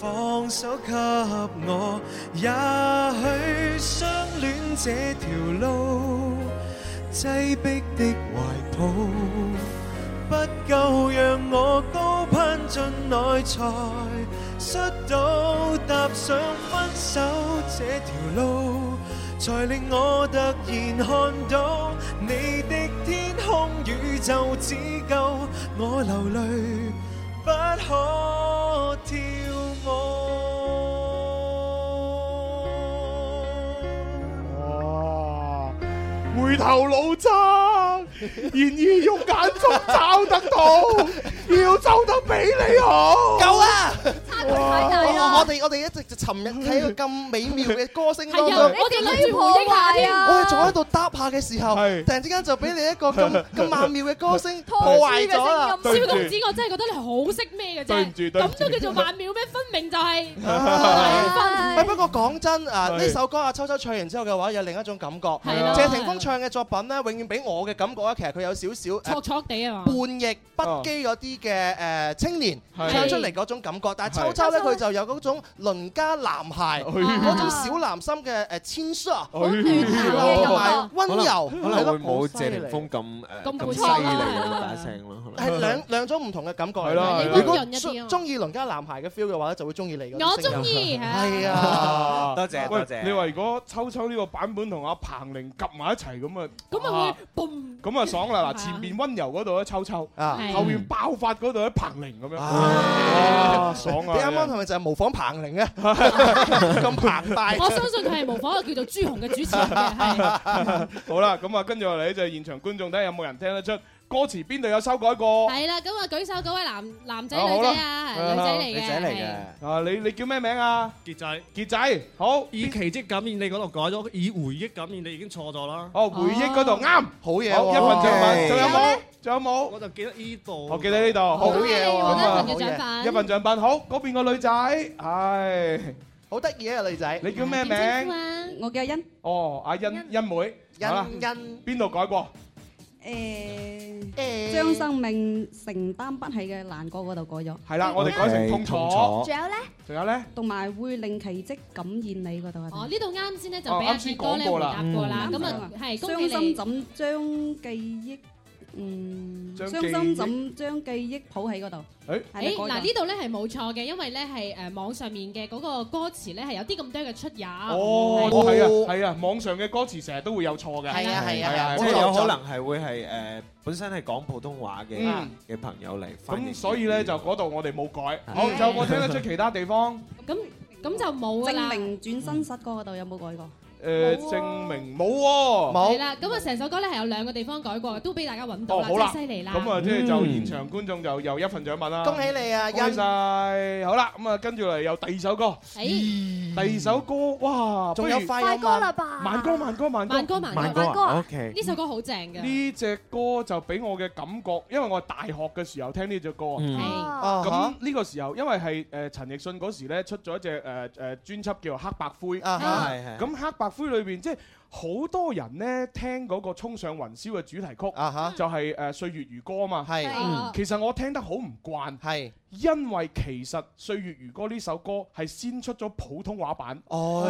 S16: 放手給我，也許相戀這條路擠迫的懷抱，不夠讓我高攀進內才摔倒，踏上分手這條路，才令我突然看到你的天空宇宙只夠我流淚。不可跳
S8: 回頭老渣，然而用眼中找得 到，要走得比你好。
S9: 夠啦！
S8: 太大啦
S9: 我我哋我哋一直就沉入喺個咁美妙嘅歌聲當中，
S10: 係啊我哋諗住回憶下添
S8: 啊
S9: 我哋仲喺度搭下嘅時候，突然之間就俾你一個 咁咁曼妙嘅歌聲破壞咗啊啦。
S4: 蕭公子，我真係覺得你好識咩嘅
S9: 對唔
S4: 啫，
S9: 住對唔住
S4: 咁都叫做曼妙咩？分明就係
S9: Ờ,
S17: 哎
S9: 啊哎喂，不過講真啊，
S4: 係
S9: 呢首歌啊，秋秋唱完之後嘅話，有另一種感覺。
S4: 係咯
S9: 謝霆鋒唱嘅作品咧，永遠俾我嘅感覺咧，其實佢有少少
S4: 錯錯地啊嘛。
S9: 叛逆不羈嗰啲嘅
S17: 哦
S9: 誒青年
S4: 係
S9: 唱出嚟嗰種感覺，但係
S4: 係
S9: 秋秋咧佢就有嗰種鄰家男孩
S17: 哎
S9: 嗰種小男心嘅誒千疏，好
S17: 暖男嘅
S9: 同埋温柔，
S17: 可能
S9: 係咯
S17: 會冇謝霆鋒咁誒咁
S9: 咁闊
S17: 犀
S9: 綽
S17: 利
S9: 啊
S17: 嘅把聲咯，可
S9: 係
S17: 能
S9: 兩兩種唔同嘅感覺嚟
S17: 係啦
S9: 嘅。
S17: 係啦
S9: 如果
S17: 溫潤一
S4: 啲
S9: 中
S4: 啊
S9: 中意鄰家男孩嘅 feel 嘅話咧，就會中意你嗰種
S4: 我
S9: 聲音
S4: 中意
S9: 係啊，
S17: 多謝
S8: 喂
S17: 多謝
S8: 你話如果秋秋呢個版本同阿彭玲夾埋一齊咁啊，
S4: 咁啊會嘣，
S8: 咁啊爽啦！嗱，前面温柔嗰度咧秋秋，
S9: 啊
S8: 後面爆發嗰度咧彭玲咁樣，哇爽啊！
S9: 你啱啱係咪就係模仿彭玲 啊？咁澎湃，
S4: 我相信佢係模仿一個叫做朱紅嘅主持人嘅，係
S8: 好啦，咁啊，跟住落嚟就係現場觀眾睇下有冇人聽得出歌詞邊度有修改過。
S4: 係啦。咁啊，舉手嗰位男男仔
S8: 啊
S4: 女
S8: 好
S4: 仔
S8: 啦
S4: 啊，
S8: Ờ,
S4: 女仔嚟嘅，
S8: 嘅。啊，你你叫咩名啊？
S18: 傑仔，
S8: 傑仔，好。
S18: 以奇蹟感染你嗰度改咗，以回憶感染你已經錯咗啦。
S8: 哦，回憶嗰度啱，
S9: 好嘢
S8: 好一份獎品，
S18: OK 仲
S8: 仲有
S18: 有
S8: 冇
S18: 咧？
S8: 仲有冇？
S18: 我就記得呢度。
S8: 我記得呢度，好
S9: 嘢喎
S8: 咁啊
S9: 一份嘅獎品
S8: 一份獎品，好，嗰邊個女仔，唉，
S9: 好得意啊個女仔。
S8: 你叫咩名？
S19: 我叫欣，
S8: 哦，阿欣欣妹，
S19: 欣
S8: 好啦
S19: 欣
S8: 邊度改過？
S19: 誒，將生命承擔不起嘅難過嗰度改咗。
S8: 係啦我哋改成 OK，痛楚痛楚仲
S19: 有咧？
S8: 仲有咧？
S19: 同埋會令奇蹟感染你嗰度啊。
S4: 哦，呢度啱先咧就
S19: 哦
S4: 俾阿
S19: 啱先
S4: 傑哥咧
S19: 講過
S4: 回
S19: 啦
S4: 答過啦，
S19: 嗯
S4: 咁啊係恭喜
S19: 傷心
S4: 你。
S19: 怎將記憶？Ừ. 嗯，
S4: 將
S19: 傷
S4: 記憶
S19: 心怎將記憶抱起嗰度？
S8: 誒
S19: 係
S4: 誒
S19: 你改
S4: 嗱
S19: 咗
S4: 呢度咧係冇錯嘅，因為咧係誒網上面嘅嗰個歌詞咧係有啲咁多嘅出入。
S8: 哦，係啊，係啊，網上嘅歌詞成日都會有錯嘅，
S4: 係啊係啊係啊
S17: 即係有可能係會係
S15: 呃
S17: 誒本身係講普通話嘅
S8: 嗯
S17: 嘅朋友嚟翻譯
S8: 咁所以咧就嗰度我哋冇改，好就我聽得出其他地方，
S4: 咁咁就冇㗎啦。
S19: 證明轉身失歌嗰度有冇改過？
S8: 誒證明冇喎，
S4: 係啦，咁啊成首歌咧係有兩個地方改過嘅，都俾大家揾到
S8: 哦
S4: 啦，
S8: 好
S4: 真
S8: 啦，
S4: 係犀利啦。
S8: 咁啊即係就現場觀眾就又一份獎品啦，
S9: 恭喜你啊
S8: 恭喜
S9: 欣
S8: 晒！好啦，咁啊跟住嚟有第二首歌，
S4: 咦
S8: 第二首歌哇，
S9: 仲有
S8: 啊不如
S9: 快有慢快歌啦吧
S8: 慢歌慢歌慢歌
S4: 啊慢歌慢歌慢歌啊慢歌啊 OK 呢首歌好正㗎
S8: 呢只歌就俾我嘅感覺，因為我係大學嘅時候聽呢只歌
S4: 嗯
S8: 啊，
S4: 哦
S8: 咁呢個時候因為係誒陳奕迅嗰時咧出咗一隻誒誒專輯叫做《黑白灰》，
S9: 啊哈係係
S8: 咁黑白灰裏邊即係。好多人咧聽嗰個《衝上雲霄》嘅主題曲，就係誒《歲月如歌》啊
S9: 啊
S8: 嘛。
S9: 係嗯
S8: 其實我聽得好唔慣，
S9: 係
S8: 因為其實《歲月如歌》呢首歌係先出咗普通話版，
S9: 哦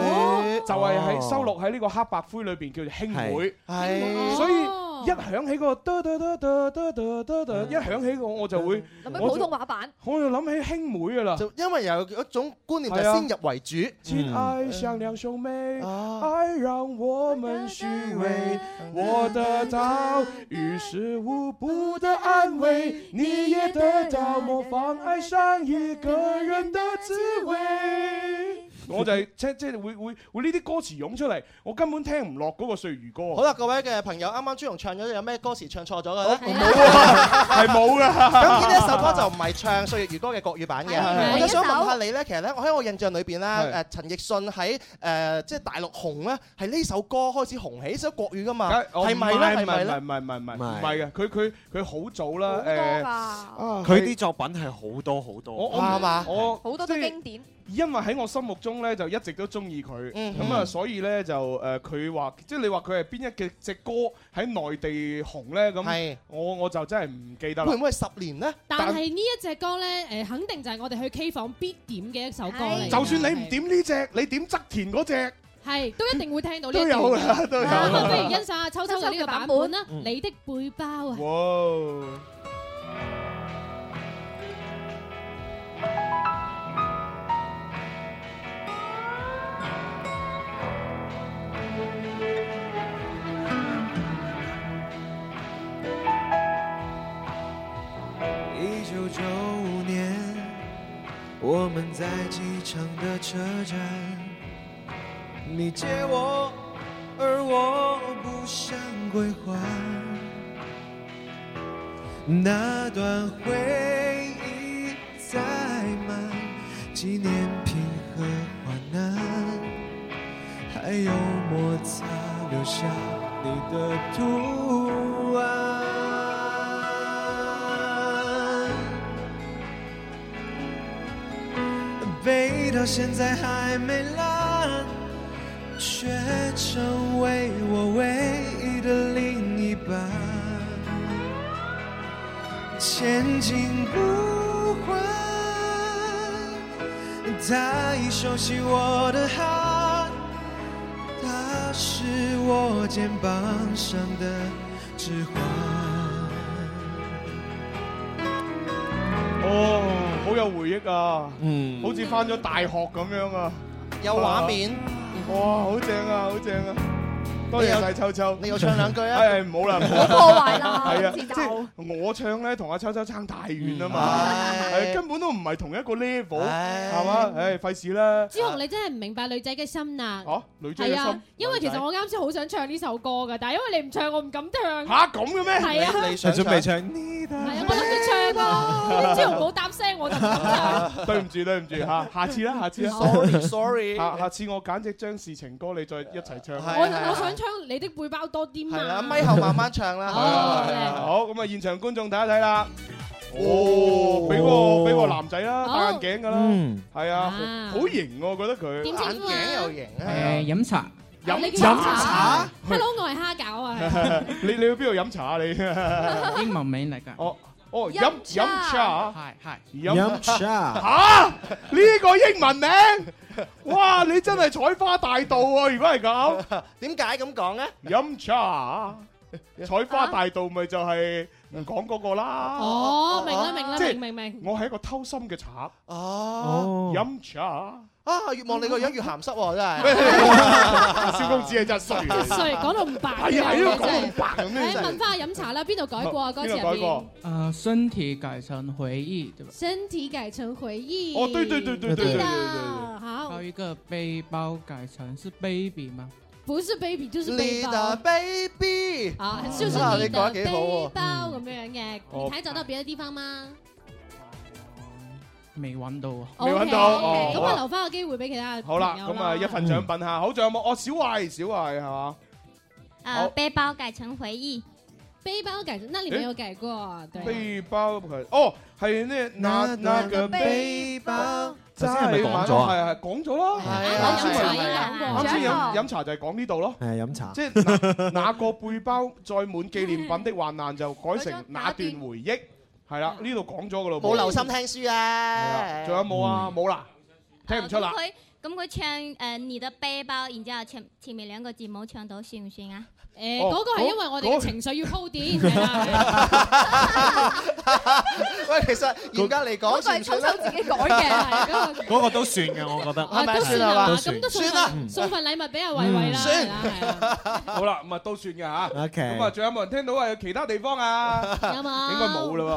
S8: 就係喺收錄喺呢個黑白灰裏邊叫做兄妹，
S9: 係
S8: 係所以一響起個嘟嘟嘟嘟嘟嘟嘟嘟，一響起我我就會
S10: 諗起
S8: 我
S10: 普
S8: 就
S10: 通話版。
S8: 我就諗起兄妹㗎啦，
S9: 就因為有一種觀念就
S8: 係啊
S9: 係先入為主，
S8: 親愛像兩兄妹，愛讓我們虛偽。我得到于事无补的安慰，你也得到模仿爱上一个人的滋味。我就係即即係會會會呢啲歌詞湧出嚟，我根本聽唔落嗰個歲月如歌。
S9: 好啦，，各位嘅朋友，啱啱朱紅唱咗有咩歌詞唱錯咗嘅咧？
S8: 哦啊係冇㗎。
S9: 咁呢一首歌就唔係唱《歲月如歌》嘅國語版嘅
S8: 係，
S9: 我就想問
S8: 係
S9: 下你咧，其實咧，我喺我印象裏邊咧，
S8: 係
S9: 誒陳奕迅喺誒即係大陸紅咧，係呢首歌開始紅起，呢首國語噶嘛，
S8: 梗我
S9: 係咪
S8: 唔係
S9: 咧？係咪
S8: 唔係
S9: 咧
S8: 唔？係唔係唔係唔係嘅，佢佢佢好早啦，誒啊
S17: 佢啲作品係好多好多，
S8: 我我我
S10: 好多都經典。
S8: 因為喺我心目中咧就一直都中意佢，
S10: 嗯
S8: 咁啊所以咧就誒佢話即係你話佢係邊一嘅隻歌喺內地紅咧咁，我我就真係唔記得啦。
S9: 會唔會係十年咧？
S4: 但係呢一隻歌咧，誒肯定就係我哋去 K 房必點嘅一首歌嚟㗎。
S8: 就算你唔點呢只，你點側田嗰只，
S4: 係都一定會聽到呢
S8: 都
S4: 一段
S8: 有啦
S4: 嘅
S8: 都有啦
S4: 咁啊，不如欣賞下秋秋嘅呢個版本啦，
S8: 嗯
S4: 《你的背包》啊。
S8: 哇！
S16: 一九九五年，我们在机场的车站，你借我，而我不想归还。那段回忆载满纪念品和患难，还有摩擦留下你的图案。背到现在还没烂，却成为我唯一的另一半。千金不换，他已熟悉我的汗，他是我肩膀上的指环。
S8: 哦，好有回憶啊，嗯，好似翻咗大學咁樣啊，
S9: 有畫面
S8: 啊，哇，好正啊，好正啊！多謝晒秋秋，
S9: 你又唱兩句 啊
S8: 係係唔好啦，唔
S9: 唔好破壞啦
S8: 係啊，
S9: 節
S8: 即
S9: 奏
S8: 係我唱咧同阿秋秋爭太遠啊嘛，
S9: 嗯唉
S8: 係根本都唔係同一個 level，係嘛？唉，費事啦。
S4: 朱紅，你真係唔明白女仔嘅心啦。
S8: 嚇，嗯哦女仔嘅
S4: 係啊
S8: 心，，
S4: 因為其實我啱先好想唱呢首歌㗎，但係因為你唔唱，我唔敢唱。
S8: 嚇咁嘅咩？
S4: 係啊，
S17: 你準備唱呢？
S4: 係啊，我諗住唱啊，朱紅冇答 聲，我就唔敢 唱。
S8: 對唔住對唔住嚇，下次啦下次啦
S9: Sorry, sorry
S8: 下下次我簡直將事情歌你再一齊唱。
S4: 我我想唱你的背包多啲嘛。
S9: 係啦，咪後慢慢唱啦。
S8: 哦好好咁啊！現場觀眾睇一睇啦。哦，俾個俾個男仔啦，戴眼鏡噶啦，係啊，好好型喎，我覺得佢
S4: 點稱呼啊眼鏡又
S20: 誒
S9: 型
S20: 飲茶，
S4: 你
S8: 飲
S4: 叫飲
S8: 啊茶
S4: 茶。Hello，我係蝦餃啊。
S8: à. 你你去邊度飲茶啊？ 你
S20: 英文名嚟㗎。
S8: 哦哦，飲飲茶，
S20: 係係
S8: 飲茶 嚇呢個英文名，哇！你真係採花大盜啊！如果係咁，
S9: 點解咁講咧？
S8: 飲茶採花大盜咪就係唔講嗰個啦。
S4: 哦，明啦明啦
S8: 即係
S4: 明明明。
S8: 我係一個偷心嘅賊。
S9: 哦，
S8: 飲 茶。
S9: 啊，越望你個樣越鹹濕喎，真
S8: 喂
S9: 係。
S8: 蕭公子你真係衰
S4: 真係衰講到唔白
S8: 係啊係啊
S4: 真係
S8: 講到唔 白咁樣
S4: 誒，
S8: 真係
S4: 問翻飲茶啦，邊度改過啊？歌詞入
S8: 邊度改
S4: 邊
S8: 過。
S20: 呃，身体改成回忆，对吧？
S4: 身體改成回憶。
S20: 哦對對對對對對對對
S4: 的好
S20: 还有，一个背包改成是 baby 吗？
S4: 不是 baby 就是背
S9: 你的
S4: 包。
S9: baby
S4: 啊，就是
S9: 啊
S4: 你
S9: 你講
S4: 的
S9: 得幾好
S4: 背
S9: 喎
S4: 包咁樣嘅，
S20: 哦
S4: 你還找到別的地方嗎？
S20: 未揾到啊，
S8: 未揾到
S4: OK，
S8: 哦
S4: 咁啊留翻個機會俾其他
S8: 好啦，
S4: 朋友
S8: 咁啊一份獎品嚇，好仲有冇？哦，小慧，小慧係嘛？
S21: 呃，背包改成回忆，
S4: 背包改成，那你
S8: 誒
S4: 沒有改過，對。
S8: 背包哦，係呢那那個背包。真係咪講咗係係講咗咯，係
S4: 啊
S8: 啱先
S4: 飲茶已經講過
S8: 啱先
S4: 獎
S8: 飲
S4: 項
S8: 飲茶就係講呢度咯，
S17: 係飲茶，
S8: 即係那 那個背包載滿紀念品的患難就改成那段回憶，係啦，呢度講咗噶咯，
S9: 冇留心聽書啊！
S8: 仲有冇啊？冇啦，聽唔出
S21: 哦咁
S8: 啦。
S21: 佢咁佢唱誒你的背包，然之後前前面兩個字冇唱到，算唔算啊？
S4: 誒，
S21: 哦
S4: 呃嗰個係因為我哋嘅
S21: 嗰
S4: 情緒要鋪墊，係啦。
S9: 喂，其實嚴格嚟講，算唔算咧
S4: 嗰個係秋秋自己改嘅係嗰個
S17: 嗰個都算嘅，我覺得
S9: 係咪
S4: 啊都算係嘛
S17: 都
S4: 咁都送
S9: 算啦
S4: 份送份禮物俾阿偉偉啦。係啦
S8: 好啦，咁啊都算嘅吓。
S17: OK
S8: 咁啊，仲有冇人聽到啊？有其他地方啊？
S4: 有冇
S8: 應該冇啦喎。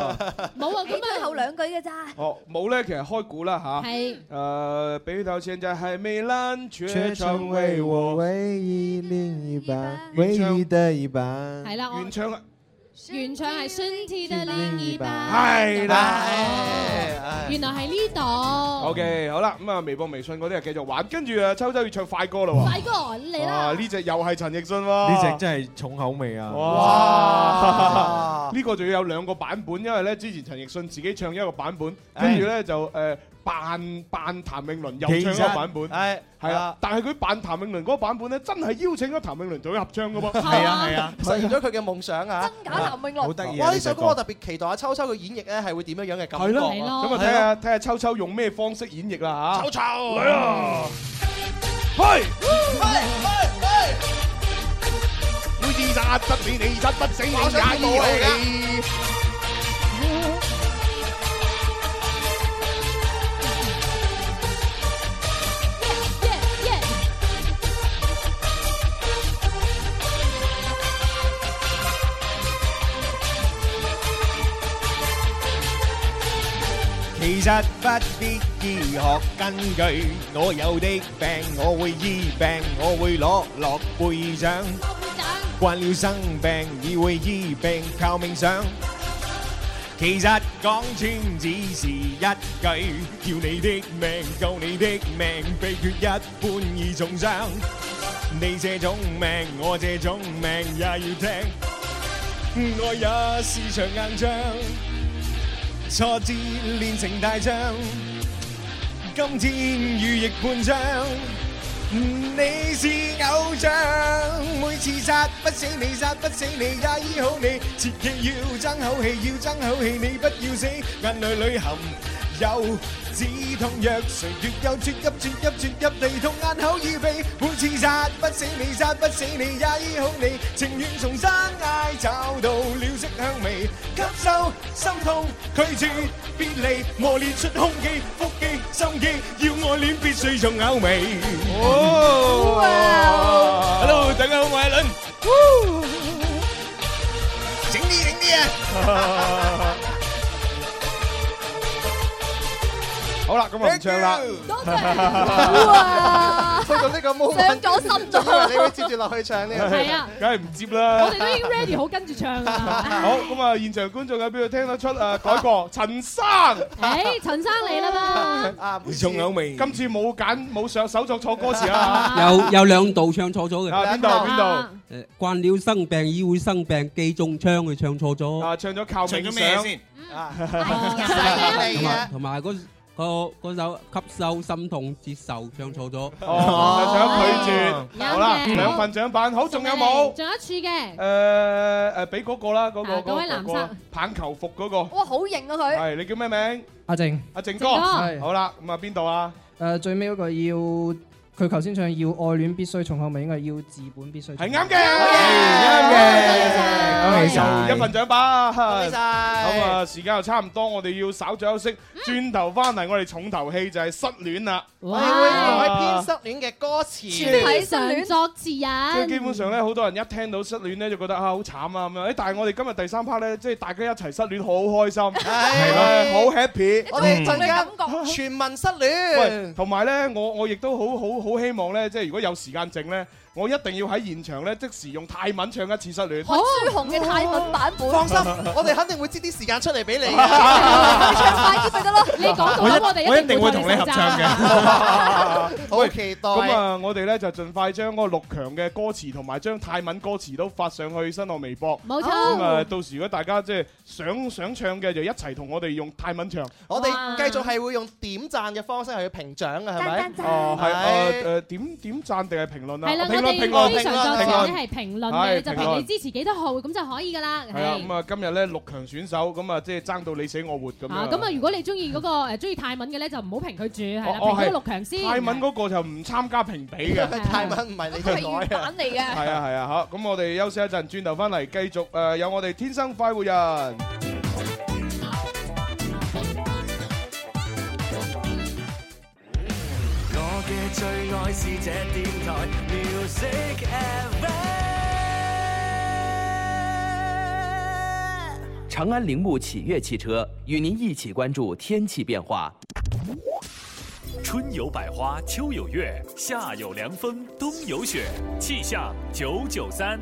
S4: 冇啊，咁啊
S10: 後兩句嘅咋。
S8: À. 哦，冇咧，其實開估啦吓。
S4: 係。
S8: 誒，比到現在还没烂，却
S16: 却
S8: 成
S16: 成
S8: 为
S16: 为
S8: 我。
S16: 我唯一另一半，唯一的一半。
S4: 係
S9: 哦
S4: 啦，我
S8: 原唱
S4: 原唱係《身體的另一半》，
S8: 係啦
S4: 哦原來係呢度。
S8: O K，好啦，咁啊，微博、微信嗰啲啊繼續玩，跟住啊，秋秋要唱快歌啦喎。
S4: 快哥嚟
S8: 哇！
S4: 啦！
S8: 呢只又係陳奕迅喎，
S15: 呢只真係重口味啊！
S8: 哇！呢個仲要有兩個版本，因為咧之前陳奕迅自己唱一個版本，跟住咧就誒扮扮譚詠麟又唱一個版本，
S15: 其實係
S8: 係啊
S15: 啊！
S8: 但係佢扮譚詠麟嗰個版本咧，真係邀請咗譚詠麟做佢合唱噶噃，
S15: 係啊係啊
S9: 實現咗佢嘅夢想啊！真
S10: 假譚詠麟好
S15: 得意啊
S9: 哇！呢
S15: 呢
S9: 首
S15: 首
S9: 歌
S15: 歌
S9: 我特別期待阿秋秋嘅演繹咧，係會點樣樣嘅感
S8: 係
S9: 覺
S8: 咯，
S9: 啊？
S8: 咁啊睇下睇下秋秋用咩方式演繹啦嚇。
S9: 秋秋
S8: 嚟啊！嘿！每次殺不死你，殺不死你
S9: 我想跳舞嚟㗎
S8: 也依好
S15: 其實不必醫學根據，我有的病我會醫病，我會攞諾貝獎。慣了生病已會醫病，靠冥想。其實講穿只是一句，要你的命救你的命，秘訣一般已中獎。你這種命，我這種命也要聽，愛也是場硬仗。挫折練成大將，今天羽翼半張。你是偶像，每次殺不死你，殺不死你，也醫好你。切記要爭口氣，要爭口氣，你不要死，眼淚裏含有止痛藥，誰越有啜泣啜泣啜泣地痛，眼口耳鼻。每次殺不死你，殺不死你，也醫好你。情願重生嗌，找到了色香味，吸收心痛，拒絕別離，磨練出胸肌、腹肌、心肌，要愛戀必須從咬尾。哦，Hello，大家好，我係阿倫。整啲整 啲啊！
S8: 啦，咁啊唔唱啦。
S10: 多
S9: 哇！去到呢個 moment，
S10: 傷咗心
S9: 仲以為
S10: 咗
S9: 你會接住落去唱呢個？
S4: 係啊，
S8: 梗係唔接啦。
S4: 我哋都已經 ready 好跟住唱啦。
S8: 好咁啊！現場觀眾有邊度聽得出啊？改過陳生，
S4: 誒，陳生嚟啦
S9: 嘛！
S8: 你仲有未？今次冇揀冇上手作錯歌詞 啊！
S9: Dạ.
S22: 有有兩度唱錯咗嘅。
S8: 啊邊度邊度？
S22: 誒，慣了生病已會生病，記中槍佢唱錯咗。
S8: 啊，唱咗靠冥想。
S22: 唱咗 咩先？
S9: 啊，dạ,
S22: 同埋同埋嗰嗰嗰首吸收心痛接受唱錯咗。
S8: 哦，就想拒絕。好啦，
S22: 有嘅
S8: 兩份獎品，好，仲有冇？
S4: 仲有一處嘅，
S8: 誒誒，呃俾嗰個啦，嗰個
S4: 啊
S8: 嗰個
S4: 嗰位男
S8: 嗰個
S4: 生
S8: 棒球服嗰個，
S10: 哇，好型啊佢。
S8: 係你叫咩名？
S23: 阿靜，
S8: 阿靜
S23: 靜
S8: 哥，
S23: 哥
S8: 係好啦，咁啊邊度啊？
S23: 誒最尾嗰個要，佢頭先唱要愛戀必須從後咪應該係要治本必須。
S8: 係啱嘅，啱嘅，
S23: 恭喜晒
S8: 又一份獎品，恭
S9: 喜晒
S8: 咁啊，時間又差唔多，我哋要稍作休息，轉頭翻嚟，我哋重頭戲就係失戀啦。啊
S9: 我哋會改編失戀嘅歌詞，
S4: 全體上作詞
S8: 即係
S4: 人。
S8: 基本上咧，好多人一聽到失戀咧，就覺得啊好慘啊咁樣。誒，但係我哋今日第三 part 咧，即係大家一齊失戀，好開心，係啦好 happy。嗯
S9: 我哋陣間全民失
S8: 喂
S9: 戀，，
S8: 同埋咧，我我亦都好好好希望咧，即係如果有時間剩咧，我一定要喺現場咧即時用泰文唱一次失戀。
S10: 學哦朱紅嘅泰文版本。
S9: 哦放心，我哋肯定會擠啲時間出嚟俾 你嘅。
S10: 你唱快啲 咪得咯。
S4: 你講到咁，我哋一定會同你合唱
S9: 好期待。
S8: 咁啊，我哋咧就盡快將嗰個六強嘅歌詞同埋將泰文歌詞都發上去新浪微博。
S4: 冇錯
S8: 咁啊，到時如果大家即係想想唱嘅，就一齊同我哋用泰文唱。
S9: 我哋繼續係會用點讚嘅方式去評獎嘅，係咪？
S8: 哦，係
S9: 係
S8: 誒誒點點贊定係評論啊？
S4: 係啦，我
S8: 評論評
S4: 哋
S8: 論
S4: 非常
S8: 評
S4: 作
S8: 論
S4: 詞咧係評論嘅，
S8: 啊係
S4: 你就
S8: 評論
S4: 評你支持幾多號咁就可以㗎啦。
S8: 係啦，咁啊今日咧六強選手咁啊，即係爭到你死我活咁
S4: 啊
S8: 樣。
S4: 咁啊，如果你中意嗰個誒中意泰文嘅咧，就唔好評佢住，係啦，
S8: 哦
S4: 評咗六強先。
S8: 泰文嗰個就唔參加評比 嘅，
S9: 泰文唔係你嘅改啊。
S10: 嚟嘅。
S8: 係啊係啊，好，咁我哋休息一陣，轉頭翻嚟繼續誒有我哋天生快活人。
S24: 我嘅最愛是這電台 Music FM。
S3: 长安铃木启悦汽车与您一起关注天气变化。春有百花，秋有月，夏有凉风，冬有雪。气象九九三。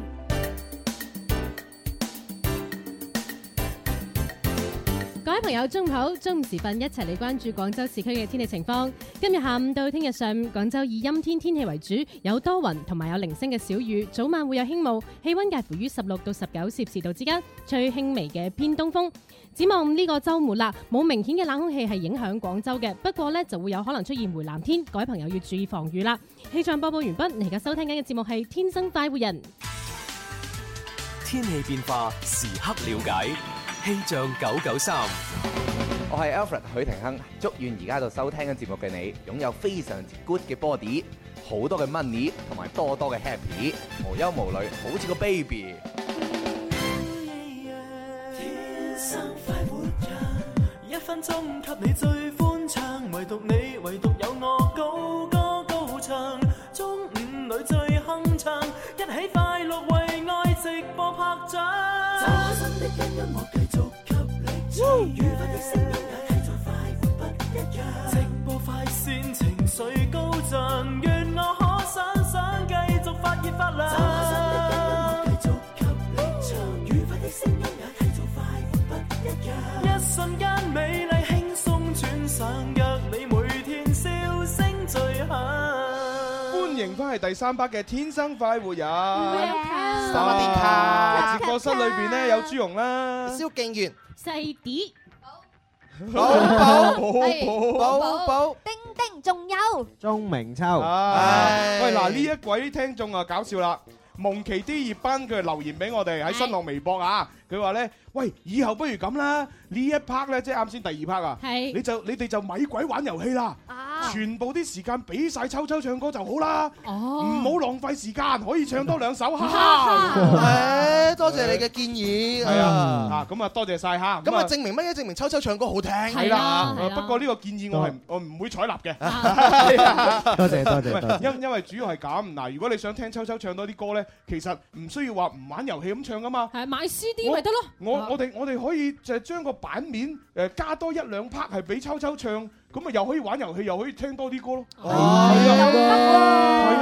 S4: 各位朋友，中午好！中午時分一齊嚟關注廣州市區嘅天氣情況。今日下午到聽日上午，廣州以陰天天氣為主，有多雲同埋有零星嘅小雨，早晚會有輕霧，氣温介乎於十六到十九攝氏度之間，吹輕微嘅偏東風。展望呢個週末啦，冇明顯嘅冷空氣係影響廣州嘅，不過呢就會有可能出現回南天，各位朋友要注意防雨啦。氣象播報完畢，你而家收聽緊嘅節目係《天生快活人》。
S3: 天气变化时刻了解，气象九九三。
S5: 我係 Alfred 許廷鏗，祝願而家喺度收聽緊節目嘅你，擁有非常之 good 嘅 body，好多嘅 money 同埋多多嘅 happy，無憂無慮，好似個 baby。
S24: 天生快活人，一分鐘給你最歡暢，唯獨你，唯獨有我高歌高唱，中午裏最鏗鏘，一起快樂為愛直播拍掌。真心的音樂我繼續給你唱，愉快的聲音也繼續快活不一樣。直播快線情緒高漲，願我可想想繼續發熱發亮。真心的音樂我繼續給你唱，愉快的聲音也繼續。一瞬間美麗輕鬆轉上，約你每天笑聲最響。
S8: 歡迎翻嚟第三 part 嘅《天生快活人》。
S4: Welcome
S8: 啊直播室裏邊咧有朱容啦，
S9: 蕭敬元。
S4: 細啲。
S9: 寶
S4: 啊
S8: 寶寶寶。
S5: 鍾明秋，
S8: À. 唉，喂嗱，呢一位聽眾啊，搞笑啦！蒙奇 D 葉班佢留言俾我哋喺新浪微博啊，佢話咧：喂，以後不如咁啦，呢一 part 咧，即係啱先第二 part 啊，
S4: 係
S8: 你就你哋就咪鬼玩遊戲啦，全部啲時間俾晒秋秋唱歌就好啦，唔好浪費時間，可以唱多兩首 嚇。
S9: 誒，多謝你嘅建議。
S8: 係啊，啊咁啊，多謝晒嚇。
S9: 咁啊，證明乜嘢？證明秋秋唱歌好聽。
S8: 係
S9: 係
S8: 啦，啊不過呢個建議我係我唔會採納 嘅。
S5: 多謝多謝
S8: 唔係
S5: 多謝
S8: 因因為主要係咁嗱，如果你想聽秋秋唱多啲歌咧，其實唔需要話唔玩遊戲咁唱噶嘛。
S4: 係買 CD 咪得咯
S8: 我我哋我哋可以就係將個版面誒加多一兩 part 係俾秋秋唱。咁咪又可以玩遊戲，又可以聽多啲歌咯。係啊，係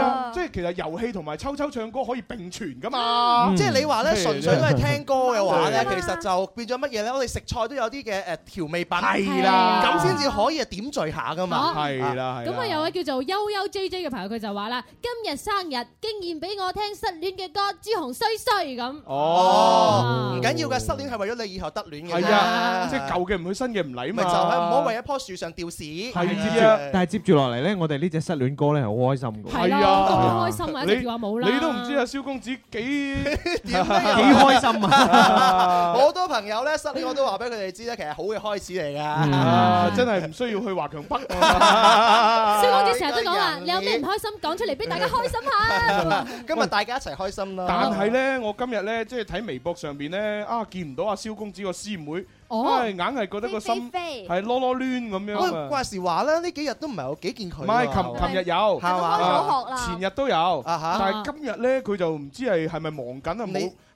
S8: 啊，即係其實遊戲同埋秋秋唱歌可以並存噶
S5: 嗯
S8: 嘛。
S9: 啊即係你話咧，純粹都係聽歌嘅話咧，
S8: 嗯係
S9: 其實就變咗乜嘢咧？我哋食菜都有啲嘅誒調味品，
S8: 係啦
S9: 咁先至可以點綴下噶嘛。
S8: 係啊啦係啦
S4: 啊咁哦啊有位叫做悠悠 J J 嘅朋友，佢就話啦：今日生日，竟然俾我聽失戀嘅歌，朱紅衰衰咁。
S9: 哦，唔緊
S4: 嗯
S9: 要嘅，失戀係為咗你以後得戀嘅。
S8: 係啊，即係舊嘅唔去，新嘅唔嚟
S9: 咪
S8: 嘛。
S9: 就係唔好為一棵樹上吊屎。
S8: 係啊。
S5: 但係接住落嚟咧，我哋呢只失戀歌咧係好開心嘅。
S8: 係啊，你你都唔知啊，蕭公子幾
S5: 點都有
S9: à?
S5: 幾開心啊
S9: 好多朋友咧失戀，我都話俾佢哋知咧，其實好嘅開始嚟㗎。
S8: 啊！真係唔需要去華強北
S4: 蕭
S8: 啊。
S4: 公子成日都講話，你有咩唔開心講出嚟俾大家 開心下。
S9: 今日大家一齊開心啦。
S8: 但係咧，我今日咧即係睇微博上邊咧啊，見唔到阿蕭公子個師妹，
S9: 哦
S8: 唉硬係覺得個心
S9: 飛飛
S8: 係囉囉攣咁
S9: 喂，
S8: 樣啊
S9: 話時話啦，呢幾日都唔係好幾見佢
S8: 唔
S9: 喎。
S8: 係，琴琴日有，
S9: 係嘛？
S8: 啊前日都有，
S9: 哈
S8: 但係今日咧佢就唔知係係咪忙緊啊，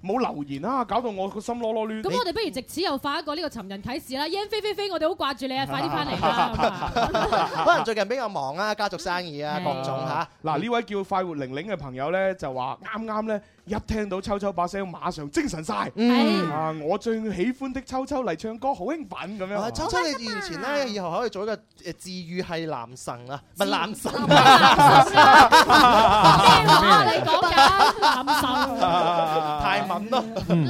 S8: 冇冇留言啊，搞到我個心囉囉攣。
S4: 咁我哋不如藉此又發一個呢個尋人啟事啦，Yan 飛飛飛，我哋好掛住你啊，快啲翻嚟啦！咁啊
S9: 可能最近比較忙啊，家族生意
S5: 嗯
S9: 啊，各種嚇。
S8: 嗯嗱呢位叫快活玲玲嘅朋友咧，就話啱啱咧一聽到秋秋把聲，馬上精神晒。
S9: 嗯
S8: 啊，我最喜歡的秋秋嚟唱歌，好興奮咁
S9: 啊
S8: 樣。
S9: 秋秋，啊你以前咧，以後可以做一個呃誒治愈系男神啊，唔係男神。啊
S4: 你講緊男神
S9: 啊 太敏咯，
S8: 嗯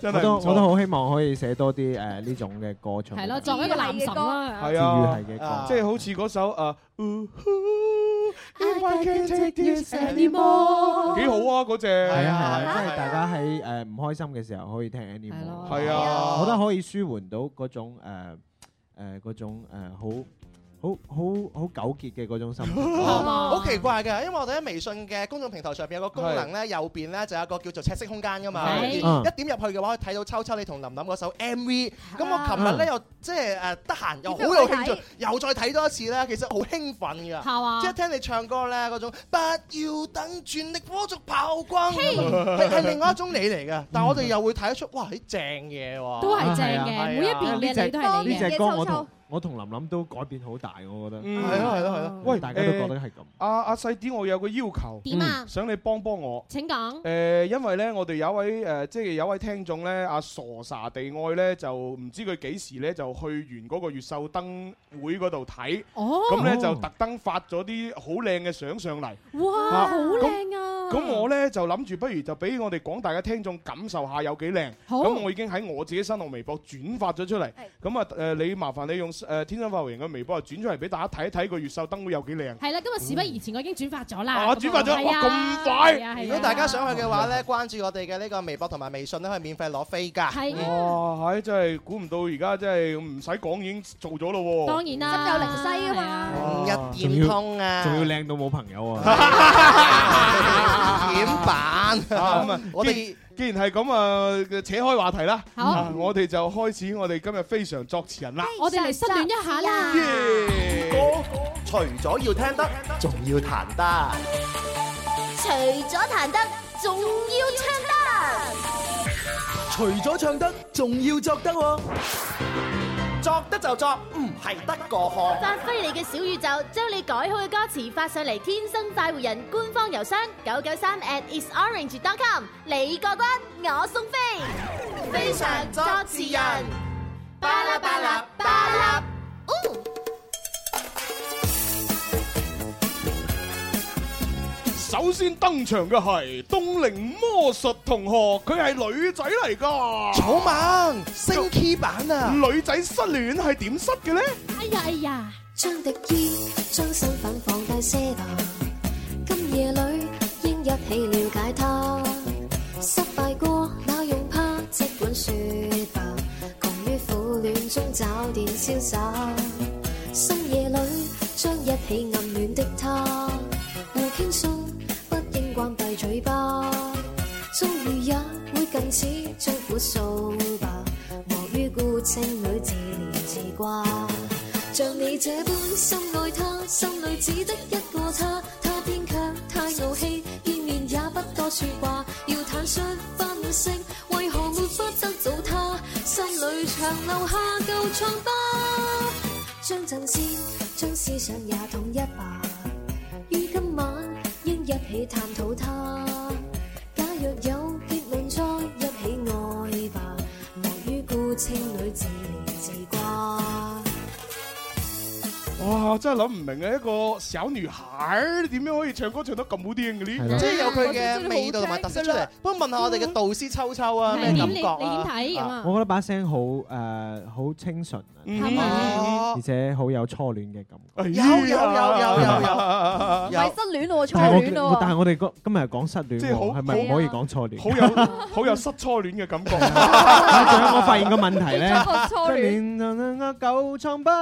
S8: 真
S5: 我
S8: 係
S5: 都
S8: 唔錯
S5: 我都好希望可以寫多啲誒呢種嘅歌出嚟。
S4: 係咯，啊作為一個男神啦，
S5: 啊係啊治愈系嘅歌
S8: 即係好似嗰首誒，呃
S4: If I can't take this
S8: 幾
S4: anymore
S8: 好啊嗰隻。
S5: 係啊係
S8: 係
S5: 啊，即係
S8: 啊
S5: 大家喺誒唔開心嘅時候可以聽 Animal。
S8: 係啊
S5: 我覺得可以舒緩到嗰種誒誒嗰種誒好好好好糾結嘅嗰種心情。
S9: 哦
S4: 啊
S9: 好奇怪嘅，因為我哋喺微信嘅公眾平台上邊有個功能咧，右邊咧就有一個叫做赤色空間噶嘛，
S5: 係
S9: 一
S5: 嗯
S9: 點入去嘅話，可以睇到秋秋你同琳琳嗰首 MV。咁我琴日咧又即係誒得閒又好有興趣，又再睇多一次咧，其實好興奮
S4: 係嘛
S9: 㗎，即係聽你唱歌咧嗰種不要等全力火燭炮轟，
S4: 嘿
S9: 係係另外一種你嚟㗎。但係我哋又會睇得出，哇！咦正嘢喎，
S4: 都係正
S5: 係啊係啊
S4: 嘅，每一邊嘅你都係你
S5: 呢隻
S4: 嘅。
S5: 歌我同
S15: 我同林林都改變好大，我覺得。
S8: 嗯係咯係咯係咯喂
S15: 大家都覺得係咁。
S8: 阿啊阿細啲，我有個要求，嗯
S4: 點啊
S8: 想你幫幫我。
S4: 請講。
S8: 誒，呃因為咧，我哋有位誒，即係有位聽眾咧，阿傻傻地愛咧，就唔知佢幾時咧就去完嗰個越秀燈會嗰度睇，
S4: 哦
S8: 咁咧就特登發咗啲好靚嘅相上嚟。
S4: 哇，
S8: 啊
S4: 好靚啊！
S8: 咁我咧就諗住，不如就俾我哋廣大嘅聽眾感受下有幾靚。
S4: 好
S8: 咁我已經喺我自己新浪微博轉發咗出嚟。咁啊誒，你麻煩你用誒天生發型嘅微博啊轉出嚟俾大家睇一睇個越秀燈會有幾靚。
S4: 係啦，今日事不宜遲，我已經轉發咗啦。
S8: 啊我轉發咗
S4: 係啊
S8: 哇咁快
S4: 係啊係啊
S9: 如果大家想去嘅話咧，關注我哋嘅呢個微博同埋微信咧，可以免費攞飛㗎。嗯
S4: 係
S8: 哇！係真係估唔到，而家真係唔使講已經做咗咯喎。
S4: 當然啦，心有靈犀啊嘛。
S9: 一
S15: 仲
S9: 點
S15: 要
S9: 通啊
S15: 仲要靚到冇朋友啊！
S9: 點版
S8: 啊咁啊！
S9: 我哋
S8: 既既然係咁啊，扯開話題啦。
S4: 好
S8: 啊我哋就開始我哋今日非常作詞人啦。
S4: 我哋嚟失戀一下啦。
S9: 歌除咗要聽得，仲要彈得。
S10: 除咗彈得，仲要唱
S25: 除咗唱得，仲要作得喎。
S9: 作得就作，唔係得個
S10: 得。
S9: 看。
S10: 發揮你嘅小宇宙，將你改好嘅歌詞發上嚟，天生快活人官方郵箱九九三 at isorange.com，你過關，我送飛，
S9: 非常作詞人，
S10: 巴拉巴拉巴拉，哦
S8: 首先登場嘅係東陵魔術同學，佢係女仔嚟㗎。
S9: 草蜢升 key 版啊！
S8: 女仔失戀係點失嘅呢？
S10: 哎呀哎呀，
S13: 將敵意，將身份放低些吧。今夜裏應一起了解他。失敗過，那用怕？即管說吧。窮於苦戀中找點瀟灑。深夜裏將一起暗戀的他，互傾訴，不應關閉嘴巴。終於也會近似，將苦訴吧。忙於孤清裏自憐自掛，像你這般深愛他，心裏只得一個他，他偏卻太傲氣，見面也不多説話，要坦率反省，為何沒法得到他，心裏長留下舊創疤，將陣線，將思想也統一吧，於今晚應一起探討他。假若有結論，再一起愛吧。忙於孤清裏自憐自掛。
S8: 哇！真係諗唔明嘅一個小女孩點樣可以唱歌唱得咁好聽嘅
S4: 嗯
S8: 呢？
S9: 即係有佢嘅味道同埋特色出嚟。不過問下我哋嘅導師秋秋啊，咩
S4: 係
S9: 感
S4: 點你
S9: 覺啊？
S4: 你點睇咁啊？
S15: 我覺得把聲好誒，好清純
S4: 係咪
S15: 啊，而且好有初戀嘅感
S16: 哎
S15: 覺。
S9: 有有有有有
S16: 啊唔係失戀咯喎，初
S15: 但係我
S16: 戀咯
S15: 但係
S16: 喎。
S15: 我哋今今日係講失戀
S8: 即係
S15: 喎，
S8: 好
S15: 係咪唔可以講初戀？
S8: 好 有好有失初戀嘅感覺。
S15: 仲有我發現個問 題咧，
S8: 結束個初戀
S15: 失戀我舊創疤，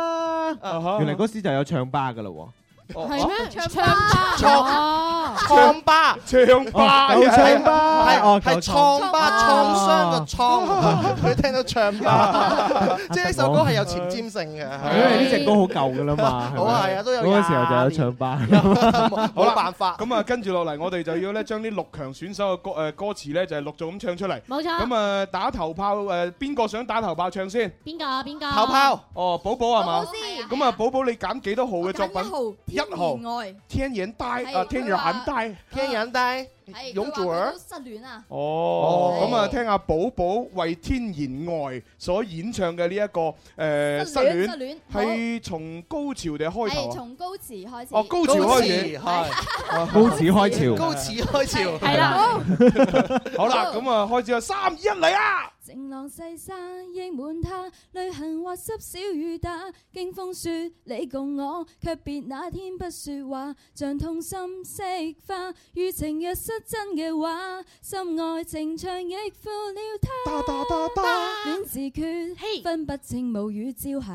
S20: 啊
S15: 原來嗰時就有唱吧噶啦喎。
S24: 哦
S4: 係咩？唱
S9: 吧
S4: 吧，
S9: 創疤，
S8: 唱
S15: 吧有唱吧
S9: 係
S15: 哦
S9: 係
S15: 有
S9: 創
S15: 創
S9: 疤，創傷個創，佢聽到唱吧，即係呢首歌係有前瞻性嘅。
S15: 因為呢隻歌好舊噶啦嘛，
S9: 好啊
S15: 係
S9: 係
S15: 咪
S9: 啊都有
S15: 嗰個時候就有唱吧。
S8: 好啦，
S9: 辦法。
S8: 咁啊，跟住落嚟，我哋就要咧將啲六強選手嘅歌誒歌詞咧，就係陸續咁唱出嚟。
S4: 冇錯
S8: 咁啊，打頭炮誒，邊個想打頭炮唱先？
S4: 邊個邊個？。
S8: 哦，寶寶係嘛？
S4: 先
S8: 咁啊，寶寶你揀幾多號嘅作品？一號。天然呆
S16: 係
S8: 啊，天然眼呆。
S9: 天然呆，
S8: 勇住啊
S16: 失戀
S8: à?
S16: 啊！
S8: 哦，
S16: 哦
S8: 咁啊，聽下寶寶為天然外所演唱嘅呢一個誒
S16: 失
S8: 失
S16: 戀失
S8: 戀
S16: 戀，
S8: 係從高潮定係開頭
S16: 係
S8: 啊？
S16: 從高詞開始。
S8: 哦，高潮開始， 高
S15: 潮開
S9: 高似開潮，
S16: 係啦好
S8: 好啦，咁啊，開始啊，三二一嚟啊！
S26: 晴朗細沙溢滿他，淚痕滑濕小雨打。經風雪，你共我，卻別那天不説話，像痛心惜花。雨情若失真嘅話，心愛情長亦負了他。戀自決，分不清霧雨朝霞。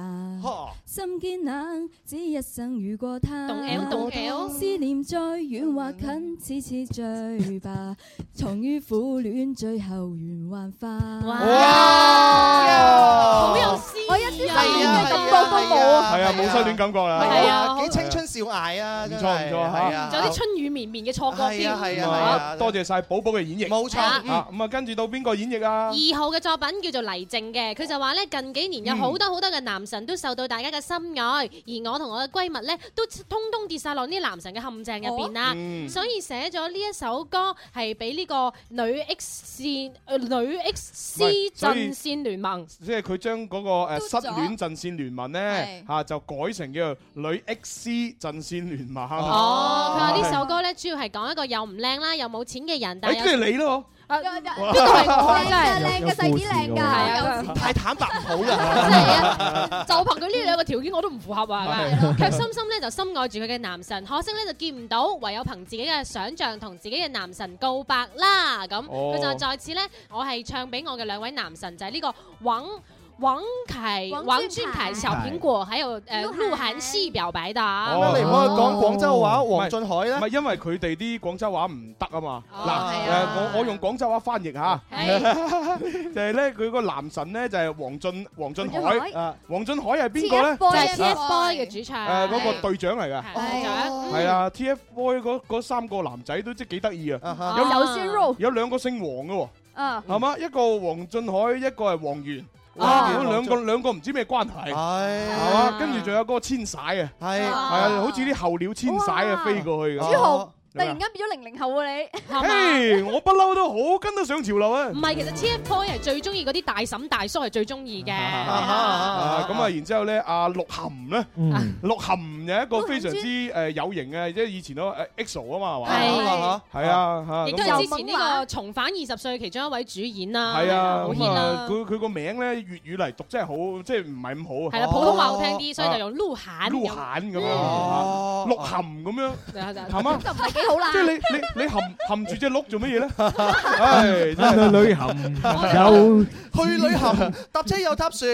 S26: 心堅冷，只一生遇過他。
S4: 動 L，動 L
S26: 思念再遠或近，次次醉吧。藏於苦戀，最後圓幻化。
S4: 哇好有詩意啊
S26: 我一啲失戀嘅感
S8: 係啊，冇失戀感覺啦。
S9: 係啊，幾青春少艾啊，
S8: 唔
S9: 真
S8: 錯
S9: 係
S8: 唔錯
S9: 係啊
S8: 嚇。
S4: 仲有啲春雨綿綿嘅錯覺添。
S9: 係
S8: 咁啊，多謝晒寶寶嘅演繹。冇
S4: 錯
S8: 啊，
S4: 嗯
S8: 咁啊，跟住到邊個演繹啊？
S4: 二號嘅作品叫做《黎靜》嘅，佢就話咧近幾年有好多好多嘅男神都受到大家嘅心愛，而我同我嘅閨蜜咧都通通跌晒落呢男神嘅陷阱入邊啦，
S14: 嗯
S4: 所以寫咗呢一首歌係俾呢個女 X 線、呃女 X
S8: 喂所以
S4: 陣線聯盟。
S8: 即係佢將嗰個誒失戀陣線聯盟咧
S4: 係
S8: 嚇就改成叫做女 X 陣線聯盟。
S4: 哦，佢話呢首歌咧主要係講一個又唔靚啦，又冇錢嘅人，但
S8: 誒，
S4: 係有
S8: 即係你咯。
S4: 啊邊個係我啊真係
S10: 靚嘅細啲靚㗎，
S4: 係啊，
S9: 太坦白唔好
S4: 啦。
S10: 真
S4: 就憑佢呢兩個條件，我都唔符合啊！
S10: 係咯
S4: 卻深深咧就深愛住佢嘅男神，可惜咧就見唔到，唯有憑自己嘅想像同自己嘅男神告白啦。咁
S11: 哦
S4: 佢就在此咧，我係唱俾我嘅兩位男神就係呢個王王凱、
S11: 王俊
S4: 王俊凱、小蘋果，呃還有誒鹿晗系表白啊的。
S8: 你
S10: 哦
S9: 唔可以講廣州話
S8: 黃
S9: 黃俊海咧
S8: 唔係因為佢哋啲廣州話唔得啊嘛。嗱，
S9: 係
S8: 誒我我用廣州話翻譯嚇， 就係咧佢個男神咧就係黃俊黃俊
S4: 黃俊
S8: 海
S4: 海
S8: 啊，黃俊海係邊個咧？
S4: 就
S10: 啊
S4: 係 TFBOY 嘅主唱。
S8: 誒嗰個隊長嚟㗎。
S4: 隊長
S8: 係啊，TFBOY 嗰嗰三個男仔都即係幾得意
S4: Ờ.
S8: 啊！
S4: Dạ,
S10: 有鮮肉
S8: 有兩個姓黃嘅喎。
S11: Ờ.
S10: 啊，
S8: 係嘛？一個黃俊海，一個係黃源。
S4: Ờ.
S10: 啊
S8: 哇！兩個兩個唔知咩關係，係嘛？跟住仲有嗰個千玺啊，係
S4: Ờ。
S8: 係啊，好似啲候鳥千玺啊飛過去
S10: 朱
S8: 咁。Ờ。
S10: 紅哦突
S8: 點啊
S10: 然間變咗零零後啊你，
S8: 嘿，我不嬲都好跟得上潮流啊！
S4: 唔係，其實 TFBOY 係最中意嗰啲大嬸大叔係最 中意嘅。
S8: 啊咁啊，然之後咧，阿鹿晗咧，鹿晗有一個非常之誒有型嘅，即係以前嗰個 EXO 啊嘛，係嘛？係啊，嚇
S4: 亦都係之前呢個《重返二十歲》其中一位主演啦，
S15: à,
S8: 係啊，
S4: 好 hit
S8: 咁啊
S4: 啦，，
S8: 佢佢個名咧粵語嚟讀真係好，即係唔係
S15: à.
S8: 咁好
S4: 係
S8: 啊。
S4: 啦，普通話好
S15: Ờ.
S4: 聽啲，所以就用鹿晗。
S8: 鹿晗咁樣，鹿含咁樣，
S4: Ờ,
S8: 係嘛？
S10: 就唔係幾好啦
S8: 啊即。係你你你含含住只鹿做乜嘢咧？
S20: 哎
S8: 唉，真係
S15: 去旅行有
S9: 去旅行搭車又搭船，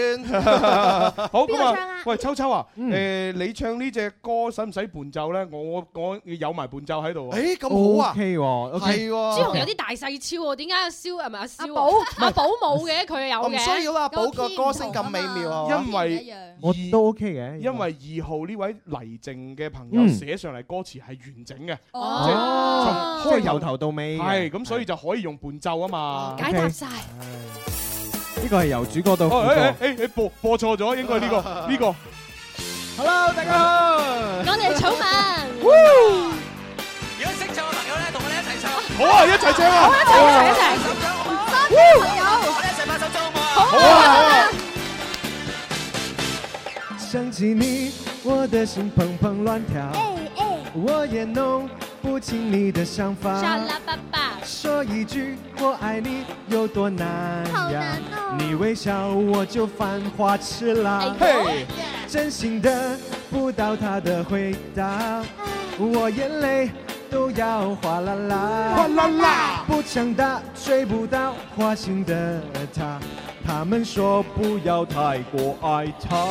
S8: 好
S9: 邊個唱
S8: 咁
S15: à.
S9: 啊
S8: 啊！喂，秋秋啊，誒，你唱呢只歌使唔使伴奏咧？我我有埋伴奏喺度。
S9: 誒
S15: 咁好啊，OK 喎，OK
S8: 係
S4: 朱
S8: 喎
S4: 紅有啲大細超喎，點解阿蕭啊唔係阿蕭啊阿寶冇嘅佢有
S9: 我唔
S4: 嘅，
S9: 需
S8: 啊
S9: 要啦，寶個歌聲咁美妙啊，
S8: 因為
S15: 我都 OK 嘅，
S8: 因為二號呢位黎靜嘅朋友
S15: 嗯
S8: 寫上嚟歌詞係完整嘅，
S15: 哦
S8: 即係從
S15: 即係由頭到尾嘅
S8: 係咁，所以就可以用伴奏啊嘛。
S15: 解答
S4: 晒。
S15: 呢個係由主角到副
S8: 哦，誒
S15: 角。
S8: 誒誒，播播錯咗，應該呢個呢個。
S15: Hello，大家好，
S4: 我哋係草蜢。
S27: 如果識唱嘅朋友咧，同我哋一齊唱。
S8: 好啊，一齊唱啊！
S27: 好啊，一齊一齊一齊。
S10: 三個朋友，
S27: 我哋一齊拍手掌好唔好啊？
S10: 好啊好啊！
S16: 想起你，我的心砰砰乱跳，
S9: 哎
S16: 我也弄不清你的想法。
S4: 沙拉爸爸，
S16: 说一句我爱你有多难
S4: 好
S16: 呀
S4: 难？哦
S16: 你微笑我就犯花痴啦。
S27: 哎呦
S16: 真心的不到他的回答，我眼泪都要哗啦啦，
S15: 哗啦啦，
S16: 不强大追不到花心的他。他们说不要太过爱他。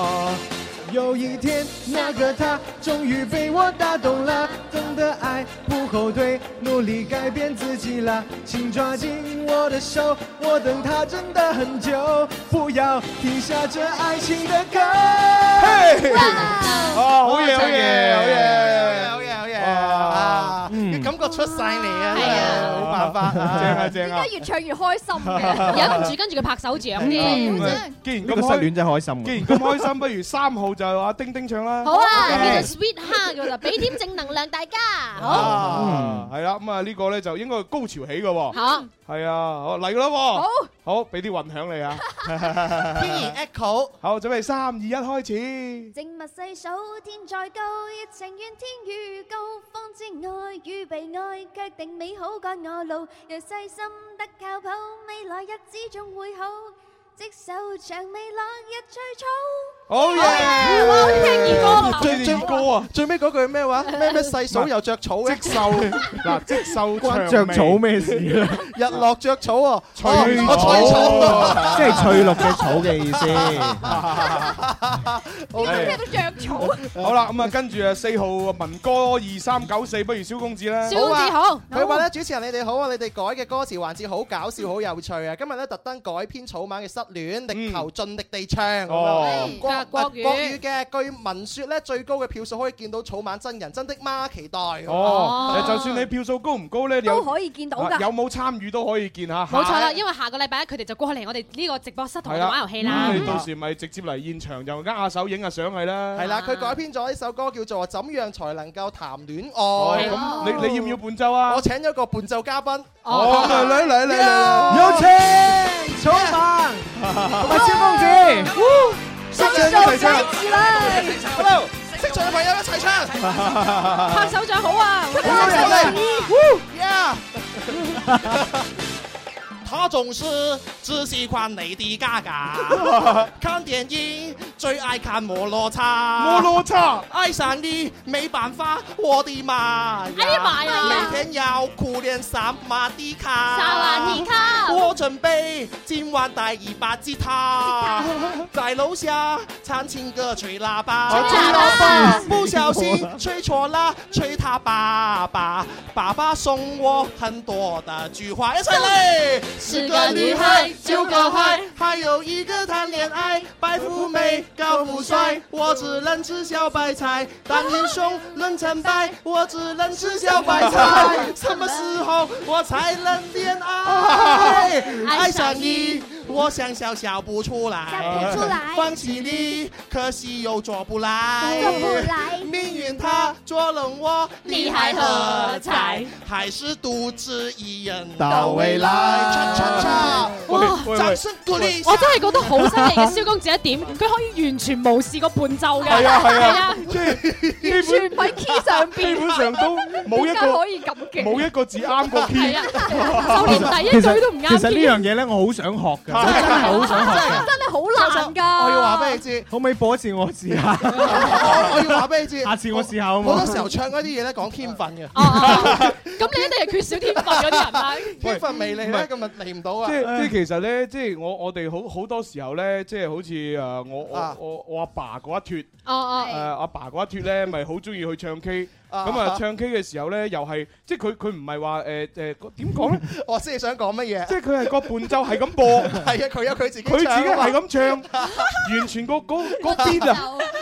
S16: 有一天，那个他终于被我打动了，懂得爱不后退，努力改变自己啦，请抓紧我的手，我等他真的很久，不要停下这爱情的歌。
S8: 嘿啊，
S27: 哦
S8: 好嘢，好嘢，好嘢，好嘢，好嘢！啊，
S9: 嘅感覺出晒嚟啊，真係
S8: à.
S9: 冇辦法
S8: 正
S9: 啊，
S8: 啊，正啊
S10: 而！家越唱越開心 嘅，
S4: 忍唔住跟住佢拍手掌添。
S8: 咁啊既然
S15: 呢個
S8: 咁開，
S15: 失戀真係開心喎
S8: 既然咁開心，不如三號就阿丁丁唱啦。
S4: 好啊，
S8: OK
S4: 叫做 Sweet Heart 嘅啦，俾啲正能量大家。好，
S8: 啊，係啦，咁啊呢個咧就應該係高潮起嘅喎。
S4: 好，
S8: 係啊，好嚟啦喎。
S4: 好，
S8: 好，俾啲混響你啊。
S9: 天然 echo。
S8: 好，準備三二一開始。
S11: 靜物細數天再高，亦情願天與高，方知愛與被愛，卻定美好過我路。若細心得靠譜，未來日子仲會好。即手像美朗
S8: 好
S11: 日吹草，
S8: 嘢！
S9: 哇好聽兒歌啊
S8: 最兒歌啊！
S9: 最尾嗰句咩話？咩咩細數又着草嘅，即
S8: 瘦嗱，即瘦
S9: 關
S15: 着草咩事啊？
S9: 日落着草喎，
S15: 翠
S9: 哦我
S15: 草，哦即
S9: 翠
S15: 係翠綠嘅草嘅意思。
S10: 點解咩都着草？
S8: 好啦，咁啊跟住啊四號民歌二三九四，不如蕭公子啦。
S9: 啊佢話咧主持人你哋好啊，你哋改嘅歌詞環節好搞笑，好有趣啊！今日咧特登改編草蜢嘅失戀，力求盡力地唱咁樣。
S8: 哦
S9: 過
S4: 啦，
S9: 國
S4: 國語。
S9: 語嘅據聞説咧，最高嘅票數可以見到草蜢真人，真的嗎？期待。
S8: 哦，就算你票數高唔高咧，有
S4: 都可以見到㗎
S8: 啊有冇參與都可以見嚇。
S4: 冇錯啦，因為下個禮拜一佢哋就過嚟我哋呢個直播室同我哋玩遊戲啦
S8: 咁。嗯你到時咪直接嚟現場就握下手影下相係啦。
S9: 係啦，佢改編咗呢首歌叫做《怎樣才能夠談戀
S8: 哦，
S9: 愛》。
S8: 咁你你要唔要伴奏啊？
S9: 我請咗個伴奏嘉賓。
S8: 哦，嚟嚟嚟嚟嚟，
S9: 有請
S16: 草蜢
S9: 白
S16: 雪公子，
S9: 識唱一齊唱。Hello，識唱嘅朋友一齊唱。
S4: 拍手掌好啊！
S9: 好犀利，Yeah。他总是只喜欢 Lady Gaga，看电影最爱看摩洛叉，
S8: 摩洛叉
S9: 爱上你没办法，我的妈呀！
S12: 哎呀妈呀
S9: 每天要苦练萨马迪卡，
S12: 萨瓦迪卡
S9: 我准备今晚带一把吉 他，在楼下唱情歌吹喇叭，
S12: 吹喇叭
S9: 不小心吹错了，吹他爸爸，爸爸送我很多的菊花，一起来！
S12: 是个女孩九个坏，
S9: 还有一个谈恋爱，白富美高富帅，我只能吃小白菜，当英雄论成败，我只能吃小白菜，什么时候我才能恋爱？爱上你，我想笑笑不出来，
S12: 笑不出来
S9: 放弃你，可惜又做不来，
S12: 做不来
S9: 命运它捉弄我，
S12: 你还喝彩，
S9: 还是独自一人
S12: 到未来
S9: 叉叉叉
S4: 哇！
S9: 掌聲鼓勵一下
S4: 我真係覺得好犀利嘅蕭公子一點，佢可以完全無視個伴奏嘅。
S8: 係啊係
S4: 係
S8: 啊，即係
S4: 完全唔喺 key 上邊
S8: 基本上都冇一
S4: 點解
S8: 個
S4: 可以咁勁
S8: 冇一個字啱個 key。
S4: 係 啊就連第一句都唔啱
S15: 其實呢樣嘢咧，我好想學㗎，真係好想學㗎。
S4: 真係好難㗎。
S9: 我要話俾你知，
S15: 可唔可以播一次我試下？
S4: 哦
S9: 我我要話俾你知，
S15: 下次我試下好冇？
S9: 好多時候唱嗰啲嘢咧講天分嘅，
S4: 哦咁你一定係缺少天分嗰啲人啊啦。
S9: 天分未嚟
S8: 唔
S9: 咧，
S8: 係
S9: 咁咪嚟唔到啊！
S8: 即即其實咧，即係我我哋好好多時候咧，即係好似誒我我我我阿爸嗰一脱，
S4: 哦哦
S8: 誒阿爸嗰一脱咧，咪好中意去唱 K。
S9: 啊
S8: 咁啊，唱 K 嘅時候咧，又係即係佢佢唔係話誒誒點講咧？
S9: 我知你想講乜嘢？
S8: 即係佢係個伴奏係咁播，
S9: 係啊，佢有佢自己
S8: 佢自己係咁唱
S9: 唱，
S8: 完全個嗰 嗰邊啊，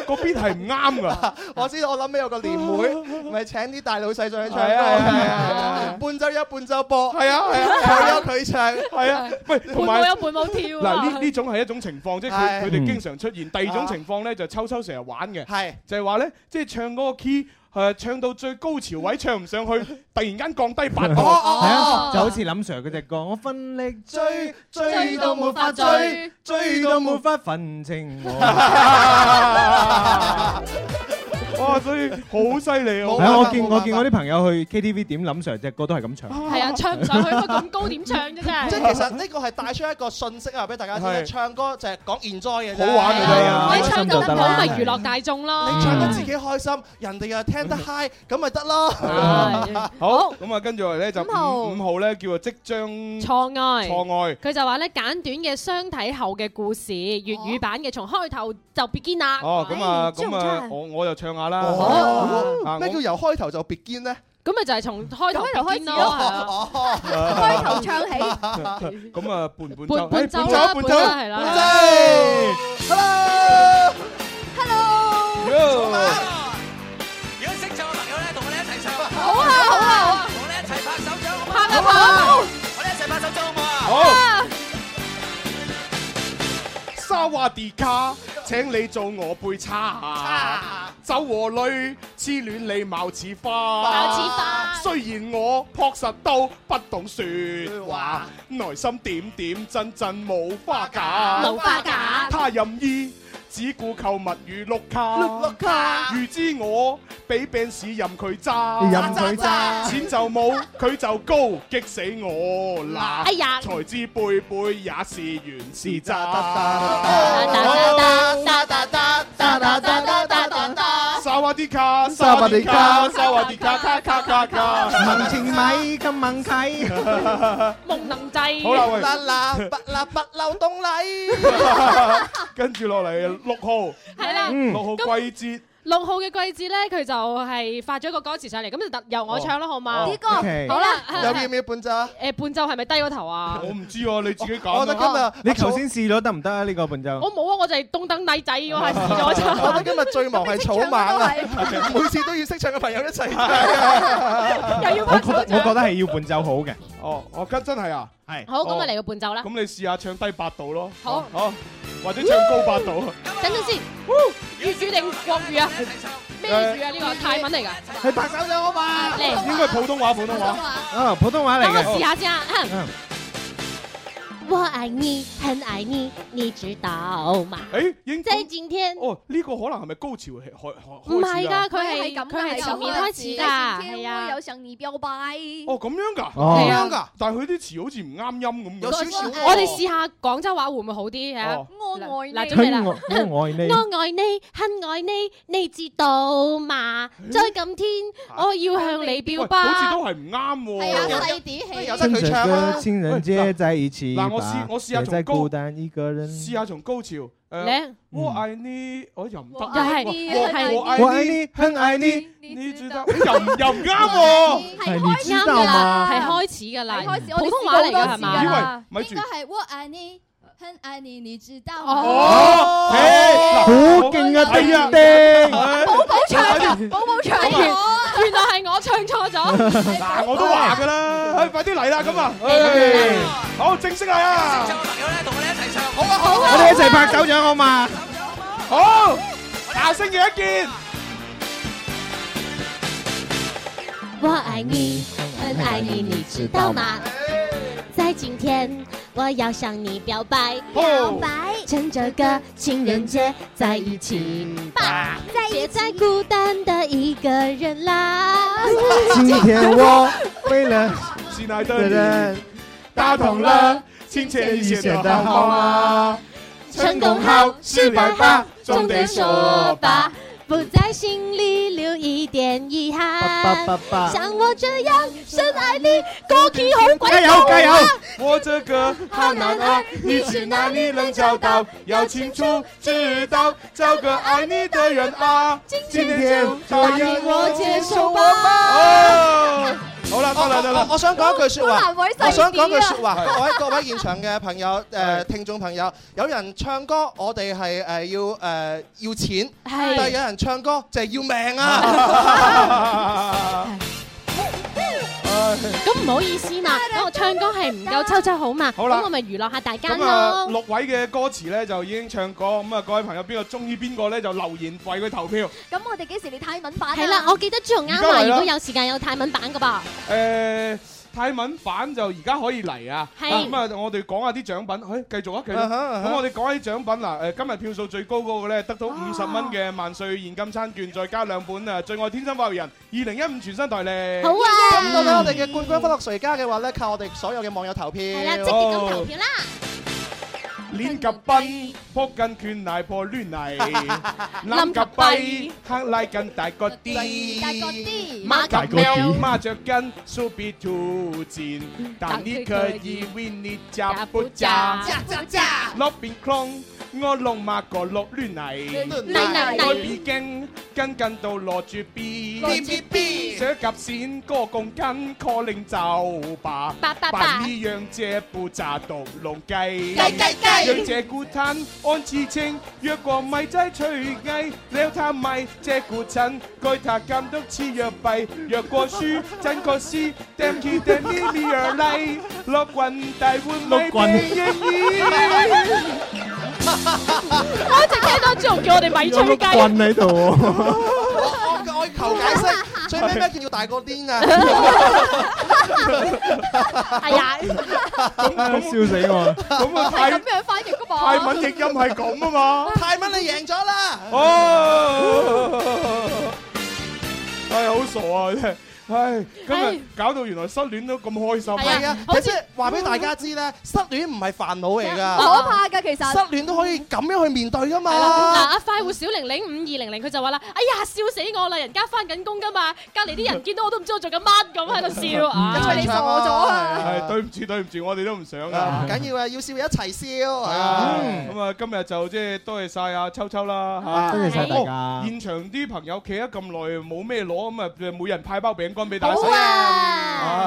S8: 個邊係唔 啱噶。
S9: 我知道，我諗起有個年會，咪請啲大老細上去唱歌，
S8: 哦係啊係啊係
S9: 伴奏有伴奏播，
S8: 係 啊係啊
S9: 佢有佢唱，
S8: 係啊，喂，同埋
S4: 伴舞有伴舞跳啊
S8: 嗱，呢呢種係一種情況，即係
S9: 係
S8: 佢佢哋經常出現。第二種情況咧，就秋秋成日玩嘅，
S9: 係
S8: 就係話咧，即係唱嗰個 key。誒唱到最高潮位唱唔上 去，突然間降低八度，
S15: 係啊，就好似林 Sir 嗰只歌，我奮力追，追到冇法追，追到冇法分 清
S8: 哇！所以好犀利啊！
S15: 我。係啊，我見我見我啲朋友去 KTV 點林 Sir 只歌都係 咁唱。
S4: 係啊，唱唔上去，佢咁高點唱啫？真係。
S9: 哦 即係其實呢個係帶出一個信息啊，俾大家
S15: 係
S9: 知，唱歌就係講 enjoy 嘅啫，
S15: 好玩㗎啫係啊
S4: 你唱
S15: 開心就
S4: 得
S15: 得
S4: 好
S15: 啦
S4: 咪娛樂大眾咯。
S9: 你唱得自己開心，人哋又聽得 high，咁咪得咯。
S8: 好咁啊，跟住咧就
S4: 五號
S8: 五五號咧叫做即將
S4: 錯愛，
S8: 錯愛
S4: 佢就話咧簡短嘅相睇後嘅故事，粵語版嘅從開頭就 begin 啦。
S8: 哦，咁啊，咁啊， 我我就唱下啦。
S9: 哦
S8: 啊
S9: 咩叫由開頭就 begin 咧？
S4: 咁咪就係從開頭
S10: 由開
S4: begin
S10: 頭開始
S4: 咯，係 啊
S10: 開頭唱起。
S8: 咁啊，伴伴
S4: 伴
S8: 奏，
S4: 伴奏啦，伴奏啦係啦。
S24: 啊
S8: Hello，Hello，
S27: 如果識唱嘅朋友咧，同我哋一齊唱。
S12: 好啊好啊好啊
S27: 同我哋一齊拍手掌好唔
S12: 拍啊
S27: 好啊
S12: 拍啊
S27: 我哋一齊拍手掌好唔好啊？
S8: 好。沙瓦迪卡，請你做我杯茶。酒和淚，痴戀你貌似花。
S12: 貌似花
S8: 雖然我確實都不懂説話，內心點點真真冇花假。
S12: 冇花假
S8: 他任意。只顧購物與碌卡，
S12: 碌卡
S8: 預知我俾 Benz 任佢揸，
S15: 任佢揸
S8: 錢就冇，佢就高，激死我嗱！
S12: 哎呀
S8: 才知輩輩也是緣是渣。
S9: 啊
S8: 沙瓦迪卡，沙瓦迪卡，沙瓦迪卡，卡卡卡卡。
S15: 文情米咁猛契，
S4: 夢能制。
S8: 好啦喂
S9: 啦啦不啦 不 漏洞禮。
S8: 跟住落嚟六號，
S4: 係啦
S8: 六號季節
S4: 六號嘅季節咧，佢就係發咗個歌詞上嚟，咁就特由我唱啦，好嘛？
S8: 哦呢個 OK
S4: 好啦，
S9: 有要唔要伴奏啊？
S4: 誒伴奏係咪低個頭啊？
S8: 我唔知啊，你自己揀。
S4: 我覺得今日
S15: 你頭先試咗得唔得啊？呢個伴奏
S4: 我冇啊，我就係東等禮仔，
S8: 哦
S4: 我係試咗咋。
S9: 我哋今日最忙係草蜢啊！ 每次都要識唱嘅朋友一 齊唱，
S4: 又要
S15: 我覺得我覺得係要伴奏好嘅。
S8: 哦，我跟真係啊，
S15: 係
S4: 好，咁啊嚟個伴奏啦
S8: 咁。你試下唱低八度咯，
S4: 好
S8: 好，或者唱高八度。
S4: 等陣先，粵語定國語啊？咩語啊？呢個泰文嚟㗎。
S15: 你拍手掌好
S9: 啊
S15: 嘛？
S4: 嚟
S8: 應該普通話，普通話。
S15: 啊，普通話嚟
S4: 等我
S15: 嘅。
S4: 試下先啊。
S15: 嗯
S10: 我愛你，很愛你，你知道嗎？
S8: 誒，應
S10: 在今天，
S8: 哦，呢個可能係咪高潮開開
S4: 唔係
S8: 開始啊
S4: 㗎，佢係
S26: 咁
S4: 佢係
S26: 㗎
S4: 前面開始㗎，
S26: 在今
S4: 係
S26: 天
S4: 啊
S26: 會。有想你表白。
S8: 哦，咁樣㗎，
S26: 哦
S8: 咁樣㗎，但係佢啲詞好似唔啱音咁嘅。
S4: 我哋試下廣州話會唔會好啲啊
S8: 哦？
S4: 我愛
S10: 你
S4: 嗱，準備啦。
S15: 我愛你。
S10: 我愛你，很愛你，你知道嗎？在今天，我要向你表白。
S8: 好似都係唔啱喎。
S10: 係啊細啲氣由
S8: 得佢唱啦
S15: 情人節在一起吧。
S8: 嗱我試我試下
S15: 別再
S8: 從高
S15: 孤單一個人。
S8: 試下從高潮。誒
S15: 你，
S8: 我愛你，我又唔得
S15: 我愛
S8: 喎。
S15: 你
S8: 我
S15: 我
S8: 愛
S15: 愛
S8: 你，
S15: 你很愛你，
S8: 你知 道？又唔又唔啱喎。
S15: 係哎你知道嗎？
S4: 係開始㗎啦，
S26: 係開始
S4: 普通話嚟㗎係
S8: 以為
S4: 嘛？
S8: 咪住
S26: 應該。係我愛你，很愛你，你知道嗎？
S8: 哦，誒
S15: 好
S8: 嗱
S15: 勁啊，丁
S8: 係啊
S15: 丁！
S26: 寶寶唱嘅，寶寶唱
S4: 原
S26: 嘅。
S4: 原來係我唱錯咗。
S8: 嗱，我都話㗎啦，唉，快啲嚟啦，咁啊，唉好正式嚟啊！好啊，好啊，
S15: 我哋一齊拍手掌好嘛？
S8: 好，下星期一見。
S10: 我爱你，很爱你，你知道吗？在今天，我要向你表白，
S8: 表
S10: 白，趁这个情人节在一起吧，别再孤单的一个人啦。
S15: 今天我為了
S8: 親愛
S15: 的人
S8: 的你，打通了亲切一些的号码，
S10: 成功号
S8: 是百八，总得说吧。
S10: 吧，不在心里留一点遗憾。像我这样深爱你，过去好鬼
S8: 加油
S10: 多
S8: 加油
S10: 啊！！
S8: 我这个好男儿，你去哪里能找到？要清楚知道，找个爱你的人啊！今天就答应我接受我哦吧。好啦，得啦得啦，
S9: 我想講一句説話，
S26: 好難為世
S9: 我想講一句説話，
S26: 子啊
S9: 各位各位現場嘅朋友誒聽眾朋友，有人唱歌我哋係誒要誒要錢，但係有人唱歌就係要 命啊！
S4: 咁唔好意思 嘛，咁我唱歌係唔夠抽抽好嘛，
S8: 好啦
S4: 咁我咪娛樂下大家
S8: 咁啊，
S4: 咯。
S8: 六位嘅歌詞咧就已經唱過，咁啊各位朋友邊個中意邊個咧就留言為佢投票。
S26: 咁我哋幾時嚟泰文版啊？
S10: 係啦，我記得朱紅啱
S8: 而家嚟
S10: 話，
S8: 啦
S10: 如果有時間有泰文版噶噃。
S8: 誒泰文版就而家可以嚟啊！
S10: 係
S8: 啊咁啊，我哋講下啲獎品，誒繼續啊，繼續。
S9: 啊哈啊哈
S8: 咁我哋講起獎品啦，誒今日票數最高嗰個咧得到五十蚊嘅萬歲現金餐券，再加兩本啊《最愛天生快活人》二零一五全新代理。
S9: 咁到底我哋嘅冠軍分落誰家嘅話咧，靠我哋所有嘅網友投票。係
S8: 啦積極咁投票
S10: 啦！
S8: 鏈夾賓，撲近拳奶破亂泥，
S9: 冧
S8: 攬
S9: 夾
S8: 夾
S9: 跛
S8: 跛，黑拉近大個啲，
S26: 大個啲
S8: 孖
S26: 大
S8: 夾
S26: 個啲
S8: 喵，孖着筋，so be to 戰，但呢個以 we need 夾不夾？落邊 clong，我龍馬個落亂泥，
S9: 亂泥泥
S8: 外邊經跟近到落住 B，
S9: 攞住 B
S8: 想夾線個共根 calling 就吧，
S9: 吧吧吧
S8: 扮呢樣借步炸毒龍雞，
S9: 雞雞雞
S8: 讓這古吞安置清，若果咪仔除藝，了他咪這古襯，該他監督黐藥幣，若過輸真個輸，damn you damn me me your life，落棍大碗咪俾英語。
S4: 我一直聽到朱紅叫我
S16: 哎
S4: 哋咪吹雞，
S15: 棍喺度喎。
S9: 我我求解釋，最尾咩叫要大個癲啊？
S4: 係啊，
S15: 笑死
S8: 咁
S15: 我！
S8: 啊
S26: 係
S8: 泰
S26: 咁樣翻譯噶嘛？
S8: 泰文譯音係咁啊嘛。
S9: 泰文你贏咗啦！
S8: 哦，哎呀，好傻啊！真係唉，今日搞到原來失戀都咁開心。
S9: 係啊，即係話俾大家知咧，失戀唔係煩惱嚟㗎，
S10: 可怕㗎其實
S9: 失戀都可以咁樣去面對㗎
S14: 係啦，嗯嗱，
S9: 嘛。
S14: 阿快活小玲玲五二零零佢就話啦：哎呀，笑死我啦！人家翻緊工㗎嘛，隔離啲人見到我都唔知我做緊乜咁喺度 笑啊！
S8: 係對唔住對唔住，我哋都唔想啊。
S9: 唔緊要啊，要笑一齊笑
S8: 係啊
S9: 啊！
S8: 咁啊，今日就即係多謝晒阿秋秋啦嚇，
S9: À, 多謝晒大家
S8: 哦現場啲朋友企咗咁耐冇咩攞，咁啊每人派包餅乾俾大家食。
S9: 好啊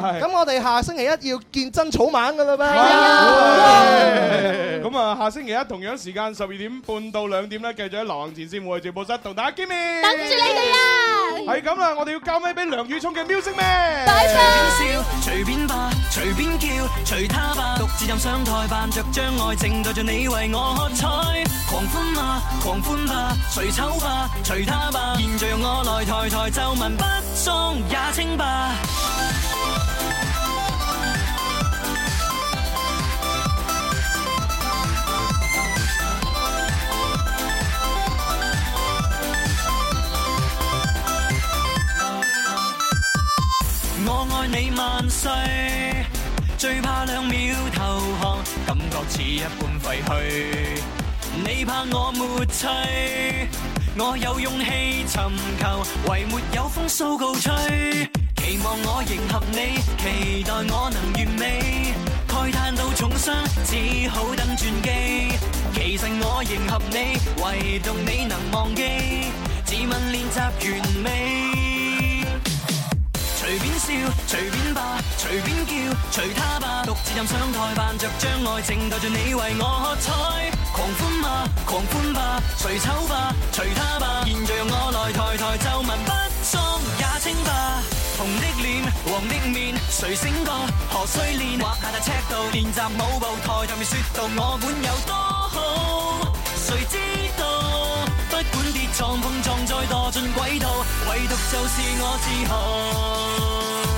S8: 係
S9: 咁我哋下星期一要見真草蜢㗎啦噃。
S8: 咁啊，下星期一同樣時間十二點半到兩點咧，繼續喺流行前線戶外直播室同大家見面。
S12: 等住你哋啊
S8: 係咁啦，我哋要交咪俾梁宇聰嘅 Music Man。
S27: 隨便吧，隨便叫，隨他吧，獨自站上台，扮着障礙，靜待着你為我喝彩。狂歡吧，狂歡吧，隨醜吧，隨他吧，現在用我來台台皺紋不鬆也清吧。我愛你萬歲，最怕兩秒投降，感覺似一般廢墟。你怕我沒趣，我有勇氣尋求，唯沒有風騷告吹。期望我迎合你，期待我能完美，慨嘆到重傷，只好等轉機。其實我迎合你，唯獨你能忘記，自問練習完美。隨便笑，隨便吧，隨便叫，隨他吧。獨自站上台，扮着障礙，靜待着你為我喝彩。狂歡吧，狂歡吧，隨醜吧，隨他吧。現在讓我來台台皺紋不鬆也清吧。紅的臉，黃的面，誰醒覺？何須練？畫下大尺度，練習舞步，台上面説道我本有多好，誰知道？不管跌撞碰撞再墮進軌道，唯獨就是我自豪。